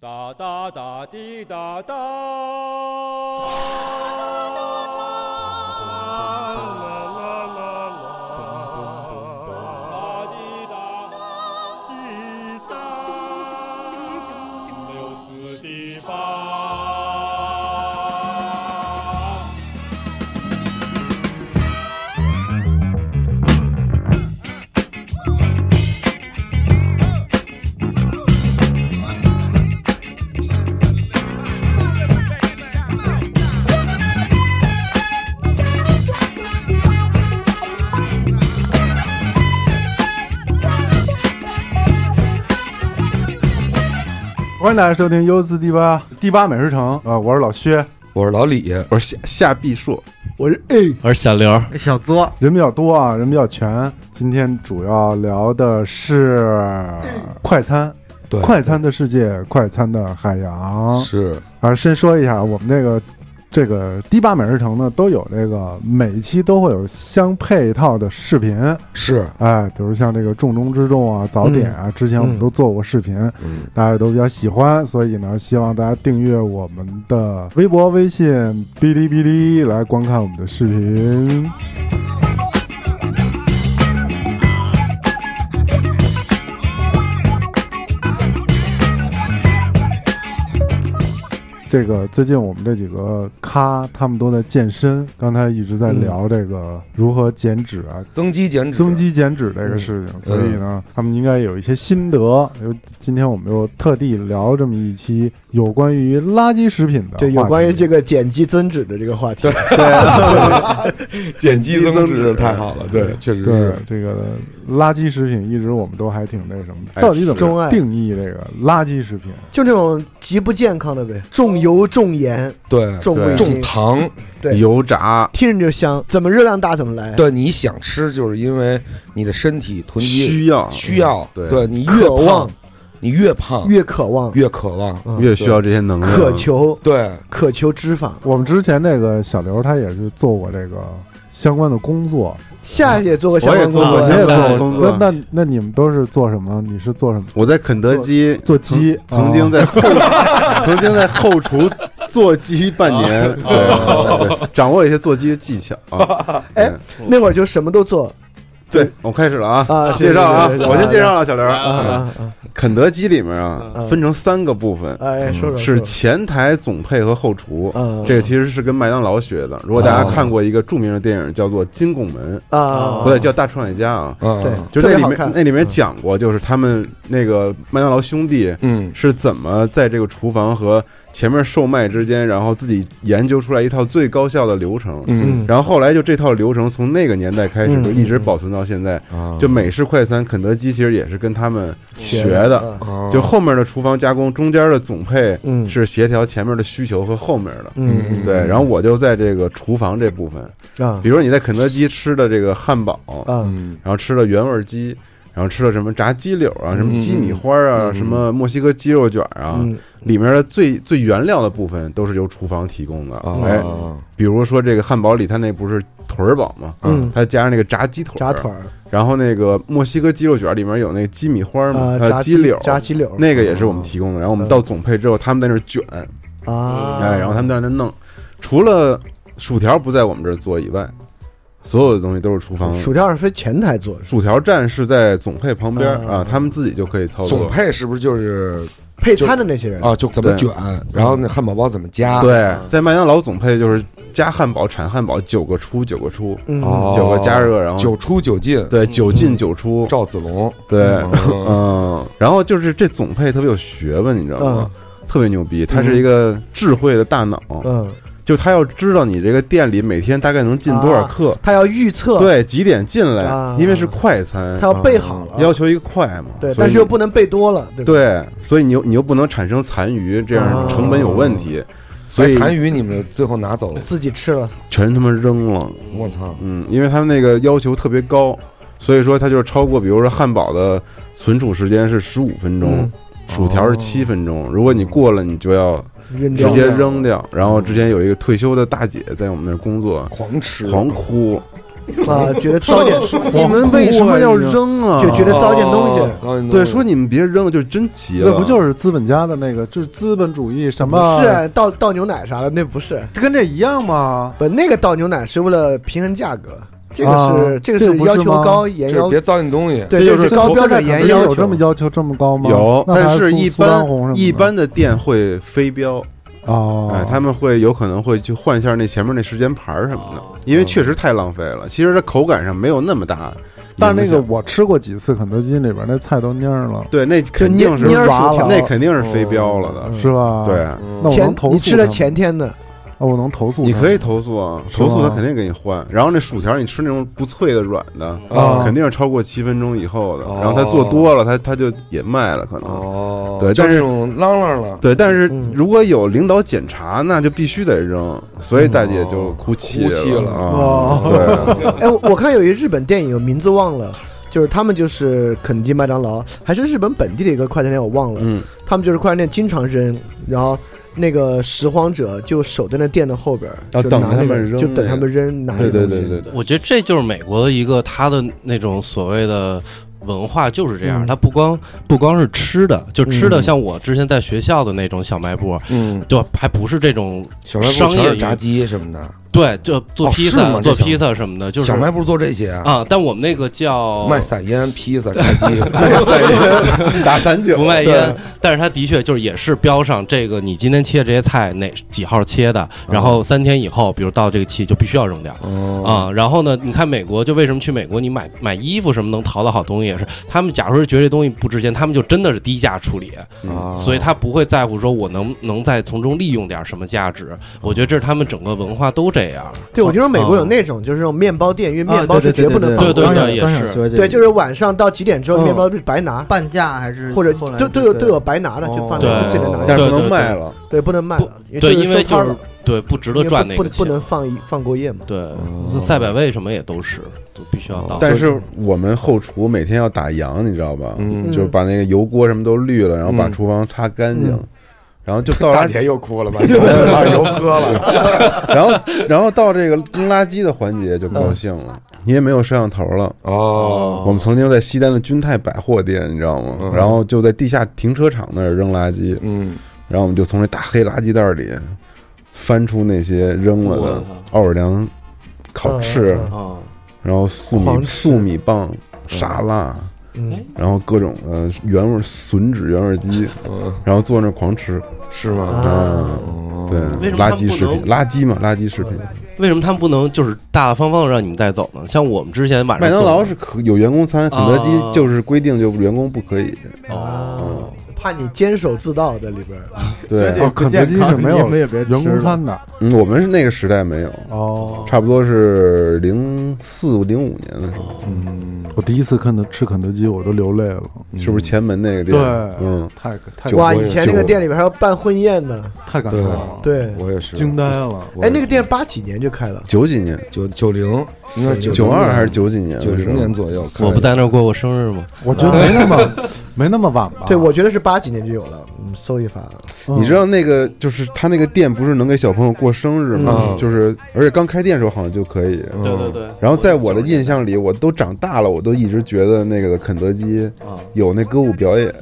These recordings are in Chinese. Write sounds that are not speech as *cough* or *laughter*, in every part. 哒哒哒滴哒哒。啦啦啦啦啦，哒滴哒滴哒，六四的八。欢迎大家收听 U 四 D 八 D 八美食城啊、呃我是老薛，我是老李，我是夏夏必硕，我是 A，我是小刘，小作人比较多啊，人比较全。今天主要聊的是快餐，对，快餐的世界，快餐的海洋。是啊，先说一下我们这个这个 D 八美食城呢，都有这个每一期都会有相配套的视频，是，哎，比如像这个重中之重啊、早点啊，之前我们都做过视频，嗯，大家都比较喜欢，所以呢，希望大家订阅我们的微博、微信、哔哩哔哩来观看我们的视频。这个最近我们这几个咖，他们都在健身，刚才一直在聊这个如何减脂啊，增肌减脂，增肌减脂这个事嗯情，所以呢，他们应该有一些心得。有今天我们又特地聊这么一期有关于垃圾食品啊的话题，对，有关于这个碱基增脂的这个话题，哎减肌增增脂太好了，对，确实对是，这个垃圾食品，一直我们都还挺那什么的。哎到底怎是钟么爱定义这个垃圾食品？就这种极不健康的呗，重油、重盐、对，重味重精，糖，对油炸听着就香，怎么热量大怎么来。对，你想吃就是因为你的身体囤积需要嗯需要，对对你越渴望胖，你越胖越渴望，越渴望，嗯越需要这些能量，啊渴求对，渴求脂肪。我们之前那个小刘他也是做过这个相关的工作，夏也做过相我也关工做过作，相也关做的工嗯工作作。那那那你们都是做什么？你是做什么？我在肯德基做鸡啊曾曾经在在后曾经在后厨做鸡半年，对对，对掌握一些做鸡的技巧啊。哎那会儿就什么都做对，我开始了啊。啊，介绍啊，对对对对我先介绍了小刘。啊啊嗯啊！肯德基里面啊啊，分成三个部分，哎，说说是说前台、总配和后厨。嗯这个其实是跟麦当劳学的。如果大家哦看过一个著名的电影叫做《金拱门》，啊，不对，叫《大创业家》啊，嗯，对，就特那别里好面看嗯那里面讲过，就是他们那个麦当劳兄弟嗯，是怎么在这个厨房和前面售卖之间，然后自己研究出来一套最高效的流程。嗯然后后来就这套流程从那个年代开始嗯就一直保存到现在，啊嗯就美式快餐，肯德基其实也是跟他们学的，的，啊就后面的厨房加工，中间的总配嗯是协调前面的需求和后面的。嗯对，然后我就在这个厨房这部分，啊比如你在肯德基吃的这个汉堡，啊嗯然后吃了原味鸡，然后吃了什么炸鸡柳啊，什么鸡米花嗯啊，嗯什么墨西哥鸡肉卷啊，嗯里面的最最原料的部分都是由厨房提供的。哦啊哎，比如说这个汉堡里，它那不是腿儿堡吗？嗯，它加上那个炸鸡腿，炸腿，儿然后那个墨西哥鸡肉卷里面有那个鸡米花嘛，啊，嗯还有炸鸡柳，炸鸡柳那个也是我们提供的。然后我们到总配之后，他们在那儿卷，啊，哎，然后他们在那儿弄，除了薯条不在我们这儿做以外，所有的东西都是厨房薯条是分前台做，薯条站是在总配旁边啊啊，他们自己就可以操作。总配是不是就是配餐的那些人啊，就怎么对卷，然后那汉堡包怎么加，对，在麦当劳总配就是加汉堡、产汉堡，九个出九个出，嗯哦九个加热，然后九出九进，对九进九出，赵子龙，对，嗯嗯，然后就是这总配特别有学问，你知道吗？特别牛逼，它是一个智慧的大脑，嗯，就他要知道你这个店里每天大概能进多少克，他要预测，，对，几点进来啊，因为是快餐他，要备好了，嗯要求一个快嘛，对，所以但是又你不能备多了，对吧？对，所以你又你又不能产生残余，这样啊成本有问题，哎所所以以残余你们最后拿走了，自己吃了，全他妈扔了。我操，嗯，因为他们那个要求特别高，所以说它就是超过，比如说汉堡的存储时间是十五分钟，嗯薯条是七分哦钟，如果你过了，你就要扔直掉接嗯扔掉。然后之前有一个退休的大姐在我们那儿工作，狂吃，狂哭，啊，觉得糟践，你们为什么要扔啊？就觉得糟践东西。西对，说你们别扔，就是真急了。那不就是资本家的那个，就是资本主义什么？不是啊倒倒牛奶啥的，那不是，这跟这一样吗？不那个倒牛奶是为了平衡价格，这个是、啊这这个个是不要是求吗高严就是要别糟践东西。对，就是高标准严现在可要能求有这么要求这么高吗？有，那还但是苏一苏丹般红什么的一般的店会飞镖，哦，哎，他们会有可能会去换一下那前面那时间牌儿什么的，因为确实太浪费了。其实它口感上没有那么大，但是那个影响我吃过几次肯德基里边那菜都蔫儿了，对，那肯定是蔫儿娃薯条了那肯定是飞镖了的，是吧？对。嗯那我前能投诉你吃了他们前天的，啊我能投诉他你们，可以投诉啊，是投诉他吗肯定给你换。然后那薯条你吃那种不脆的软的，啊肯定是超过七分钟以后的。哦然后他做多了，他他就也卖了可能。哦，对就但是这种浪浪了，对，但是嗯如果有领导检查，那就必须得扔。所以大姐就哭泣哭泣了啊哦。对，哎，我我看有一日本电影，我名字忘了。就是他们就是肯德基、麦当劳，还是日本本地的一个快餐店，我忘了。嗯，他们就是快餐店经常扔，然后那个拾荒者就守在那店的后边，啊就等拿他那们个扔就那等他个们扔拿那对个对东对西对对，我觉得这就是美国的一个它的那种所谓的文化就是这样，嗯它不光不光是吃的，就吃的嗯像我之前在学校的那种小卖部，啊嗯，就还不是这种小卖部商业全是娱炸鸡什么的，对，就做哦披是萨、吗做这小披萨什么的，就是小卖部做这些啊，啊，但我们那个叫卖散烟、披萨、炸 *laughs* 鸡， *laughs* 打散酒不卖烟，但是它的确就是也是标上这个你今天切这些菜哪几号切的，嗯然后三天以后，比如到这个期就必须要扔掉。哦，啊、然后呢？你看美国，就为什么去美国，你买买衣服什么能淘到好东西，也是他们假如是觉得这东西不值钱，他们就真的是低价处理，啊嗯所以他不会在乎说我能能再从中利用点什么价值。哦我觉得这是他们整个文化都这样。对，我听说美国有啊那种就是那种面包店，因为啊面包是对对绝不能对放对过对刚的。想也刚想是说这个，对，就是晚上到几点之后，嗯面包是白拿，半价还是或者后来都都有 *laughs* 都有白拿的，就放在对自己的拿但着，对是不能对卖了。对，不能卖了，对，这个因为收摊就儿是了对不值因为得不赚那不个能不钱。能放一放过夜嘛。对，赛百味什么也都是，都必须要到。但是我们后厨每天要打烊，你知道吧？嗯就把那个油锅什么都滤了，然后把嗯厨房擦干净，嗯然后就到大垃姐又哭 *laughs* 了吧，把油喝了，然后然后到这个扔垃圾的环节就嗯高兴了，你也没有摄像头了。哦，我们曾经在西单的君泰百货店，你知道吗嗯？然后就在地下停车场那儿扔垃圾，嗯，然后我们就从那大黑垃圾袋里翻出那些扔了我的操奥尔良烤翅，嗯嗯啊，然后粟狂米吃粟米棒、沙拉，嗯，然后各种的原味吮指原味鸡，嗯，然后坐那儿狂吃。是吗？啊，哦对为什，么他垃们圾食不品，能嗯垃圾嘛，垃圾食品。为什么他们不能就是大大方方的让你们带走呢？像我们之前晚上麦当做劳是可有员工餐，肯德基啊就是规定就员工不可以。哦，怕你坚守自盗在里边儿，对，这哦，不肯德健基康是没你有们也别吃员工了餐的嗯我们是那个时代没有，哦。差不多是零四零五年的时候，嗯，我第一次看到吃肯德基，我都流泪了。是不是前门那个地对方？，嗯，太太酒哇！我也以前那个就店里边还要办婚宴呢，太感动了，，对，我也是，惊呆了。我哎，那个店八几年就开了，九几年，九九零，应该是九二还是九九几年的时候？九零年左右，我不在那儿过过生日吗？我觉得没那么 *laughs* 没那么晚吧。对我觉得是八几年就有了，嗯，搜一发，嗯你知道那个就是他那个店不是能给小朋友过生日吗？嗯就是而且刚开店的时候好像就可以。对对对然后在我的印象里，我都长大了，我都一直觉得那个肯德基啊，有那歌舞表演，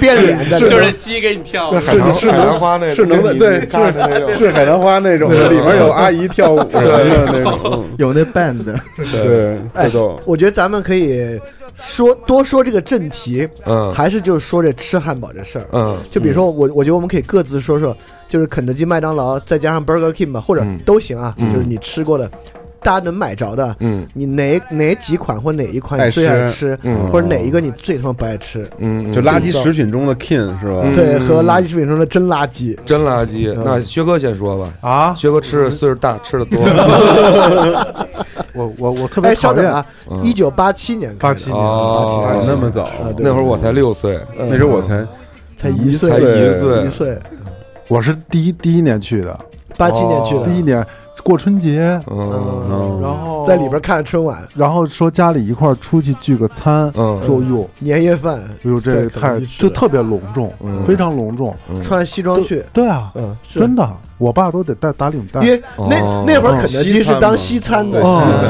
变脸的，就是 *laughs* 鸡给你跳那。海棠是能花那是能的，对，是是海棠花那种的，里面有阿姨跳舞什么的那种，嗯有那 *laughs* band，对，特逗。我觉得咱们可以说多说这个正题，嗯还是就是说这吃汉堡这事儿。嗯就比如说我，我觉得我们可以各自说说，就是肯德基、麦当劳，再加上 Burger King 吧，或者嗯都行啊，嗯就是你吃过的，大家能买着的，嗯你哪哪几款或哪一款爱你最爱吃吃，嗯或者哪一个你最他妈不爱吃？嗯，就垃圾食品中的 king 是吧？嗯对，和垃圾食品中的真垃圾。真垃圾。嗯那薛哥先说吧，啊，薛哥吃的岁数大，吃的 *laughs* 多我我我特别哎，稍讨等厌啊，一九八七年开的， 87哦哦，那么早，啊对那会儿我才六岁，嗯那时候我才才一岁，才一岁一岁，我是第一第一年去的，八七年去的，第一年过春节，啊嗯然嗯，后在里边，看春晚然后说家里一块儿出去聚个餐，嗯说哟年夜饭，哟这对个太肯定是就特别隆重，嗯非常隆重，穿西装去，对啊，嗯，是真的，我爸都得带打领带因，为那哦那会儿肯德基是当西餐的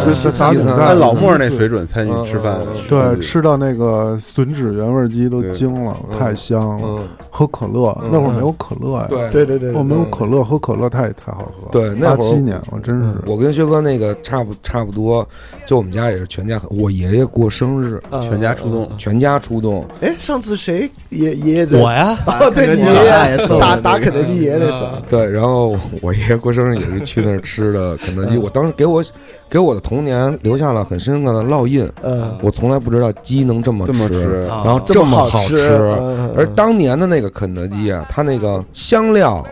对，西餐哦对打西领餐带，按老莫那水准参与吃饭嗯嗯，对，吃到那个吮指原味鸡都惊了，嗯太香了。嗯，喝可乐嗯，那会儿没有可乐呀，对对对对，我对没有可乐，喝可乐太太好喝。对那八会儿嗯七年，我真嗯是我跟薛哥那个差不差不多，就我们家也是全家，我爷爷过生日，全家出动，全家出动，啊哎，上次谁爷爷爷在？我呀， *laughs* 哦，对，肯你德基爷老爷爷揍打的打那个肯德基爷爷那次，对，然后我爷爷过生日也是去那儿吃的嗯肯德基，我当时给我给我的童年留下了很深刻的烙印，嗯，我从来不知道鸡能这么这么吃，啊然后这么好吃，嗯而当年的那个肯德基啊，它那个香料、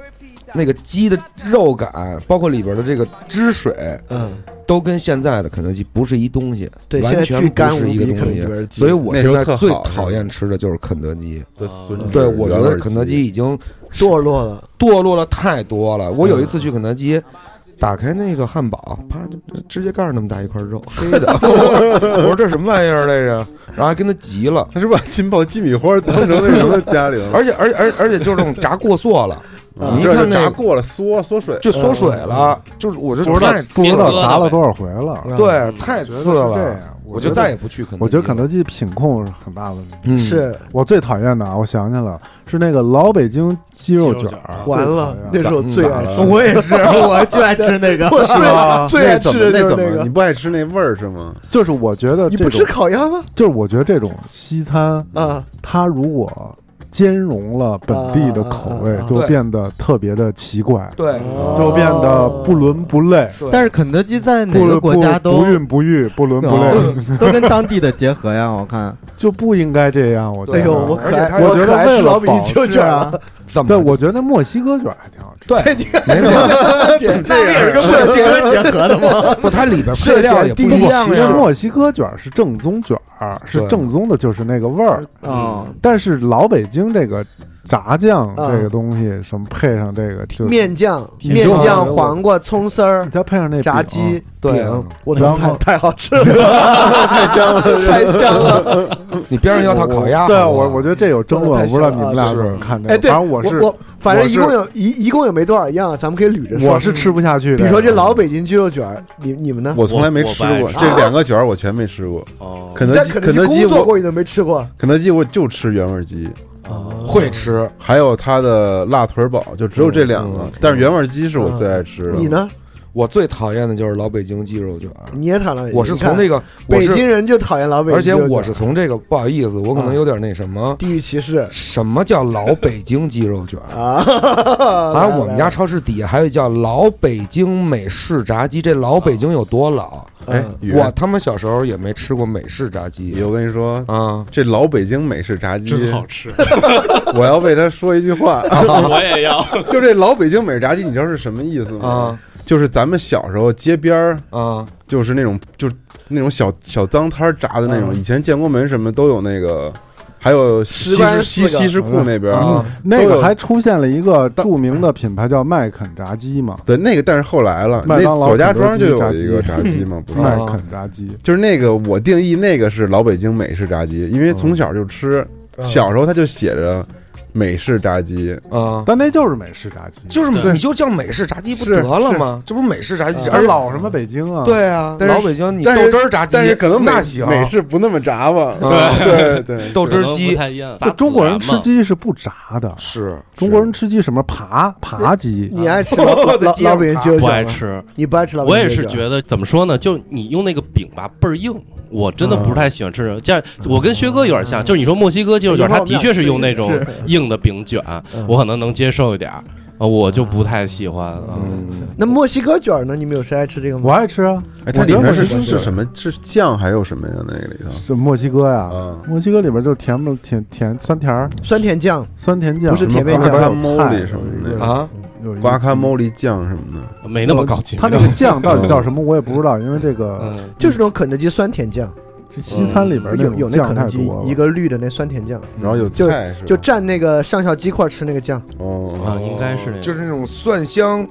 那个鸡的肉感，包括里边的这个汁水，嗯，都跟现在的肯德基不是一东西，对，现完在全巨不干无是一个比肯东德基西。味儿鸡，所以嗯我那现时候在特最好是吧讨厌吃的就是肯德基。这吮指对，我觉原得味肯德基已经堕落了，堕落了太多了。我有一次去肯德基。打开那个汉堡，啪，这指甲盖儿那么大一块肉，黑的。 *laughs* 我说这什么玩意儿来着？然后还跟他急了，他是把金爆鸡米花当成那什么家里了？而且而且而且而且就是那种炸过塑了，嗯你一这看就那炸个过了，缩缩水，就缩水了，就是我就不知道太不次知道别喝砸了了呗多少回了。对太我觉得次是这了，样我我就觉得再也不去肯德基了。我觉得肯德基品控是很大的问题。嗯是我最讨厌的啊，我想起了，是那个老北京鸡肉卷鸡肉卷儿儿，最完讨了厌，那时候咋最咋爱了吃，我 *laughs* 也是，我就爱吃那个，我最爱吧最爱怎吃么的那就是怎那么你个，不爱吃那味儿是吗？就是我觉得你这不种吃，烤鸭吗？就是我觉得这种西餐，啊，它如果兼容了本地的口味啊啊啊，就对变得特别的奇怪，对，嗯就变得不伦不类。对但是肯德基在哪不个国不家都不孕不育，不伦不类，哦都跟当地的结合呀，我看。就不应该这样。我觉哎得，呦，我可而且爱，它我可觉得爱为吃了老比保你就持卷啊了，怎对，么我觉得墨西哥卷儿还挺好吃。对，没错，这也是跟墨西哥结合的吗？ *laughs* 不，它里边配料也不不一不样因为呀。墨西哥卷儿是正宗卷儿，啊是对正宗的，就是那个味儿。啊，但是老北京这个炸酱啊这个东西，什么配上这个就， *laughs* 面酱、你面就酱、黄瓜、葱丝儿你、再配上那炸饼鸡，、对啊饼，我然操，后太太好吃了， *laughs* 太香了，太香了。你边上要套烤鸭，对啊好不好我我觉得这有争我论，太我不知道香你了们俩是怎么看这个。哎，对，反正我我是反正一是共有一一共也没多少样，咱们可以捋着说。我是吃不下去的。比如说这老北京鸡肉卷儿，你你们呢？我从来没吃我不过爱吃这两个卷儿，我全没吃过。哦，肯你德在基，肯肯德基工作我啊过，你都没吃过。肯德基我就吃原味鸡，哦会吃，还有它的辣腿儿堡，就只有这两个嗯。但是原味鸡是我最爱吃的。你？呢？我最讨厌的就是老北京鸡肉卷儿。你也讨厌？我是从那那个，我北是京人就讨厌老北京而且鸡肉卷儿，我是从这个，不好意思，我可能有点那什么。地域歧视什么叫老北京鸡肉卷儿？啊！啊， *laughs* 来我们来家超市底下还有一叫老北京美式炸鸡，这老北京有多老？哎，嗯宇我他妈小时候也没吃过美式炸宇鸡我跟你说，啊！这老北京美式炸鸡，真好吃， *laughs* 我要为他说一句话， *laughs* 我也要。就这老北京美式炸鸡，你知道是什么意思吗啊？就是咱们小时候街边儿，啊，就是那种就是那种小小脏摊儿炸的那嗯种，以前建国门什么都有那个，还有西石板市西四个西市库那边儿。啊那都个有还出现了一个著名的品牌叫麦肯炸鸡嘛，对，那个但是后来了，那麦当劳左家庄就有肯德基一个炸鸡嘛，不是？麦肯炸嗯鸡。就是那个我定义那个是老北京美式炸鸡，因为从小就吃，嗯小时候他就写着美式炸鸡，啊，但那就是美式炸鸡，就是对你就叫美式炸鸡不是得了吗？这不是美式炸鸡，而而且老什么北京啊？，对啊，但是老北京你但豆是汁儿炸鸡，但是可能美那行，美式不那么炸吧？啊对 *laughs* 对，豆汁可儿能不鸡太一样，就中国人吃鸡是不炸的，是中国人吃鸡什么扒扒鸡，你爱吃老老在老街上老北京鸡肉卷不吗爱，吃。你不爱吃老我北也京鸡是肉卷？觉得怎么说呢，就你用那个饼吧，倍儿硬。我真的不是太喜欢吃，这样我跟薛哥有点像，就是你说墨西哥鸡肉卷，一会它儿我们的俩确是用那种是 *laughs* 硬的饼卷，嗯我可能能接受一点儿，啊，我就不太喜欢啊。嗯，那墨西哥卷儿呢？你们有谁爱吃这个我吗？爱吃啊，哎，它里我觉面得是我是是是什么？是酱还有什么呀？那个里头这墨西哥呀，嗯墨西哥里边就是甜不甜甜酸甜儿酸甜酱酸甜酱，不是什么甜面酱瓜卡瓜卡莫里菜什么的有一个啊，有一个瓜卡莫里酱什么的，没那么高级。它那个酱到底叫什么我也不知道，因为这个 *laughs* 嗯，就是那种肯德基酸甜酱，这西餐里边那有种有那酱肯德太基多了，一个绿的那酸甜酱，然后有就菜是吧就蘸那个上校鸡块吃那个酱，哦，啊应该是那个就是那种蒜香，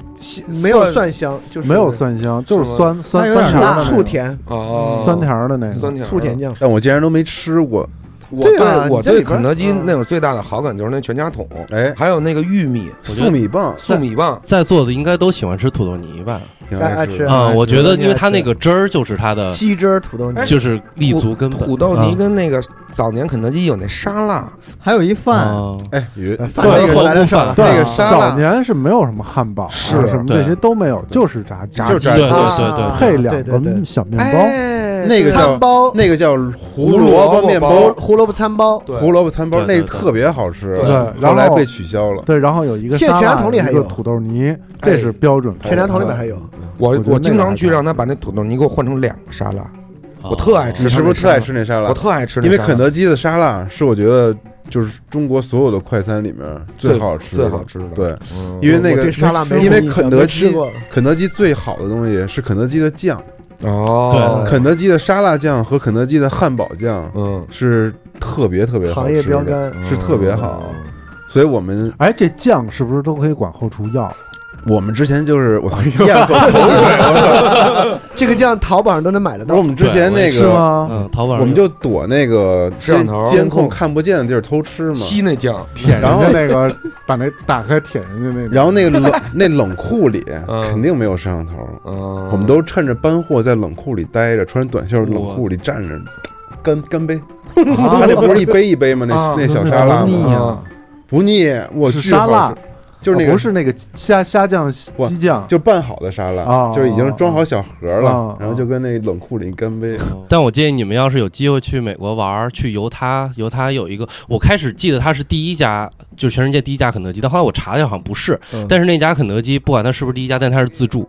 没有蒜香，就是没有蒜香，就是是吗酸酸它有酸点甜辣的那醋种甜哦，酸甜儿的那嗯个酸。甜醋甜。酱，但我竟然都没吃过，我对啊我你这里对边肯德基嗯那会儿最大的好感就是那全家桶，哎，还有那个玉米粟米棒粟米棒，在座的应该都喜欢吃土豆泥吧？应爱爱该吃是啊，爱我吃觉得你因为爱它吃那个汁儿就是它的，鸡汁儿土豆泥哎，就是立足根本。土豆泥嗯啊跟那个早年肯德基有那沙拉，还有一饭，啊哎鱼呃饭对那个蘑来菇的少饭了，对啊那个沙拉早年是没有什么汉堡啊，是什么对这些都没有，就是炸鸡，就是炸对对对鸡对啊配对两对对个小面包，哎，那个叫餐包，那个叫胡萝萝卜卜面包包，胡萝卜餐包，对胡萝卜餐包，对对那对特别好吃，啊对然后来后被取消了。对，然后有一个现在沙全家拉桶里还一个有土豆泥，这是标准口味。全家桶里面还有，我嗯我觉得我经那个常还去好让他把那土豆泥给我换成两个沙拉，啊我特爱吃你是不是特爱吃那沙拉我？特爱吃那因为沙拉肯德基的沙拉是我觉得就是中国所有的快餐里面最好吃的，最好吃的，对，嗯因为那我对个沙拉没因有为印象肯德没吃基过肯德基最好的东西是肯德基的酱，哦，肯德基的沙拉酱和肯德基的汉堡酱嗯，是特别特别好行吃的业标杆，是特别好。嗯所以我们哎，这酱是不是都可以管后厨要？我们之前就是我操咽了口口水，这个酱淘宝上都能买得不到是我。们之前那是个。吗？嗯，淘宝上我们就躲那个摄像监头监控看不见的地儿偷吃嘛，吸那酱，舔然人后家那个，把那打开舔人家那个，然后那个 *laughs* 冷那冷库里嗯肯定没有摄像头，嗯，我们都趁着搬货在冷库里待着，穿着短袖冷库里站着，干干 *laughs* 杯。他那不是一杯一杯吗？那啊那小那沙拉不腻吗？啊，不腻，我是巨沙好拉吃，就是那啊个不是那个虾虾酱、鸡酱，就拌好的沙拉啊，就是已经装好小盒了啊，然后就跟啊那冷库里干 *laughs* 杯。但我建议你们要是有机会去美国玩儿，去犹他，犹他有一个，我开始记得它是第一家，就是全世界第一家肯德基，但后来我查了一下好像不是，嗯但是那家肯德基不管它是不是第一家，但它是自助，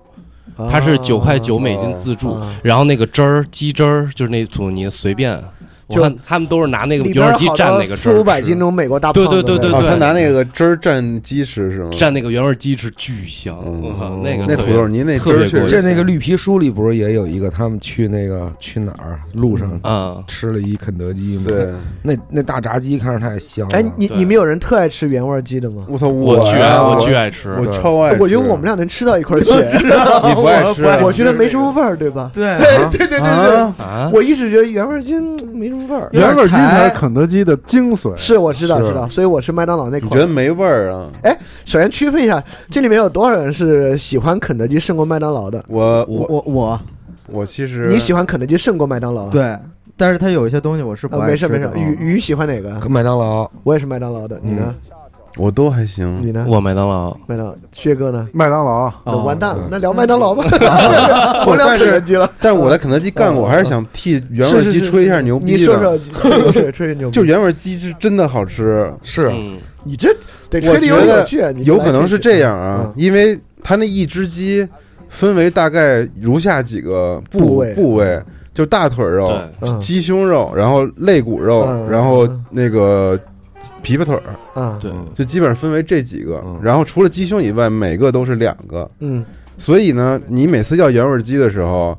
它是九块九美金自助，啊然后那个汁儿鸡汁儿就是那土豆泥随便，我就看他们都是拿那个里油边焖鸡蘸那个汁儿吃，四五百斤那种美国大胖子，对对对哦，对他拿那个汁儿蘸鸡吃是吗？蘸那个原味鸡翅巨香，嗯我靠那个那特土别豆泥那汁特别儿确过实瘾这那个绿皮书里不是也有一个他们去那个去哪儿路上嗯，吃了一肯德基吗？对，那那大炸鸡看着太香了。哎，你对你们有人特爱吃原味鸡的吗？我操，我巨啊爱呀我巨爱吃，我超爱吃，我觉得我们俩能吃到一块儿去， *laughs* 你不爱吃啊， *laughs* 我觉得没什么味儿，对吧？对，对对啊，啊，我一直觉得原味鸡没什么味儿，有原点味鸡才柴是肯德基的精髓。是我知道是知道，所以我是麦当劳那你块觉得儿。没味儿啊？首先区分一下，这里面有多少人是喜欢肯德基胜过麦当劳的？我我我我我其实你喜欢肯德基胜过麦当劳？对，但是它有一些东西我是不呃，爱没吃啊事的。哦没事。鱼鱼喜欢哪个？啊麦当劳，我也是麦当劳的，你呢？我都还行，你呢？我麦哦当劳。麦当劳，薛哥呢？麦当劳啊那完蛋了对，那聊麦当劳吧，不聊肯德基了。但是我在肯德基干过，我还是想替原味鸡吹一下牛你逼说的。说，吹吹吹牛逼，就原味鸡是真的好吃，是嗯，你这得吹的有理有据啊，你有可能是这样啊嗯，因为它那一只鸡分为大概如下几个部部位部位，就大腿肉、对，嗯鸡胸肉，然后肋骨肉，嗯然后那个琵琶腿儿，啊，对，就基本上分为这几个嗯。然后除了鸡胸以外，每个都是两个。嗯，所以呢，你每次要原味鸡的时候，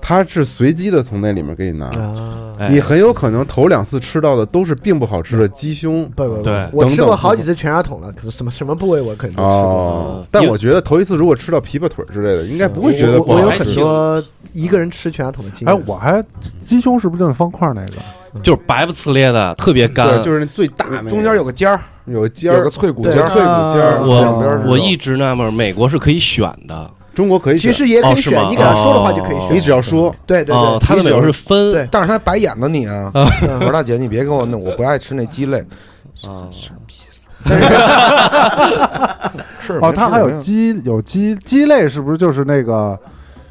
它是随机的从那里面给你拿。啊，哎你很有可能头两次吃到的都是并不好吃的鸡胸不不不，对我吃等过等好几次全家桶了，可是什么什么部位我肯定都吃过。哦，但我觉得头一次如果吃到琵琶腿儿之类的，应该不会觉得我不我有好很吃。多一个人吃全家桶的经哎验。，我还鸡胸是不是就是方块那个？就是白不呲咧的，特别干对，。就是那最大那个中间有个尖儿，有个尖有个儿，脆骨有尖个儿脆。骨尖儿，我两边是肉我一直纳闷，美国是可以选的中国可以其选，实也可哦以是选，吗你给他说的话就可以哦选。你只要说对对哦，对，他的美国是分对但是他白眼子你啊！我说大姐，你别给我弄，我不爱吃那鸡肋。啊，是哦，它还有鸡，有鸡鸡肋，是不是就是那个？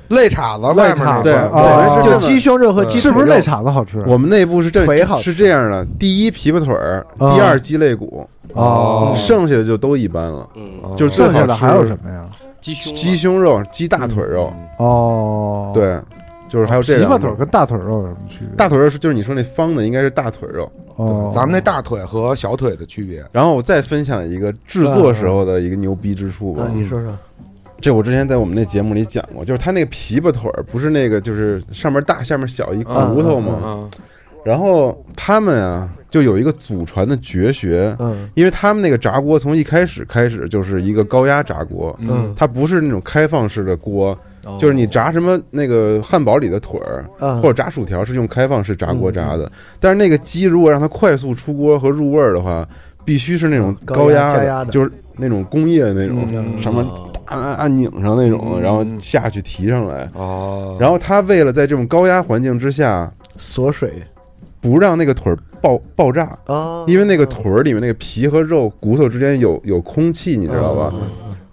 肋叉子外面那对对，块儿，哦啊我们哦是就这么鸡胸肉和鸡是不是那肋？叉子好吃？我们内部是这腿好是吃这样的：第一琵琶腿儿，啊第二鸡肋骨，哦，剩下的就都一般了。嗯，就是最剩下好的吃还有什么呀？鸡胸啊鸡胸肉、鸡大腿肉，哦，，对，就是还有这琵两琶个腿儿跟大腿肉有什么区别？大腿肉是就是你说那方的，应该是大腿肉。哦，咱们那大腿和小腿的区别。然后我再分享一个制作时候的一个牛逼之处吧啊，。你说说，这我之前在我们那节目里讲过，就是它那个琵琶腿儿不是那个就是上面大下面小一嗯骨头吗？啊，然后他们啊就有一个祖传的绝学，嗯因为他们那个炸锅从一开始开始就是一个高压炸锅，嗯它不是那种开放式的锅，哦就是你炸什么那个汉堡里的腿儿，啊或者炸薯条是用开放式炸嗯锅炸的，但是那个鸡如果让它快速出锅和入味儿的话，必须是那种嗯高压压加压的就是那种工业那种，嗯什么按按按拧上那种，嗯然后下去提上来。哦，然后他为了在这种高压环境之下，锁水不让那个腿儿爆爆炸，啊因为那个腿儿里面那个皮和肉骨头之间有有空气，你知道嗯吧？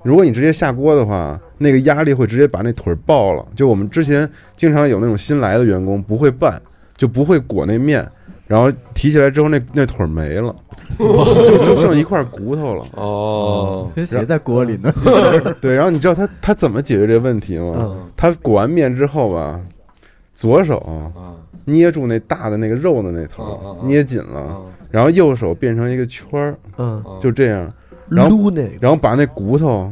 如果你直接下锅的话，那个压力会直接把那腿儿爆了。就我们之前经常有那种新来的员工不会拌，就不会裹那面，然后提起来之后那那腿儿没了， *laughs* 就就剩一块骨头啊了。哦，跟谁在锅里呢？ *laughs* 对，然后你知道他他怎么解决这问题吗？嗯他裹完面之后吧，左手嗯啊捏住那大的那个肉的那啊头啊，啊捏紧了，然后右手变成一个圈儿，嗯就这样，然后撸那个然后把那骨头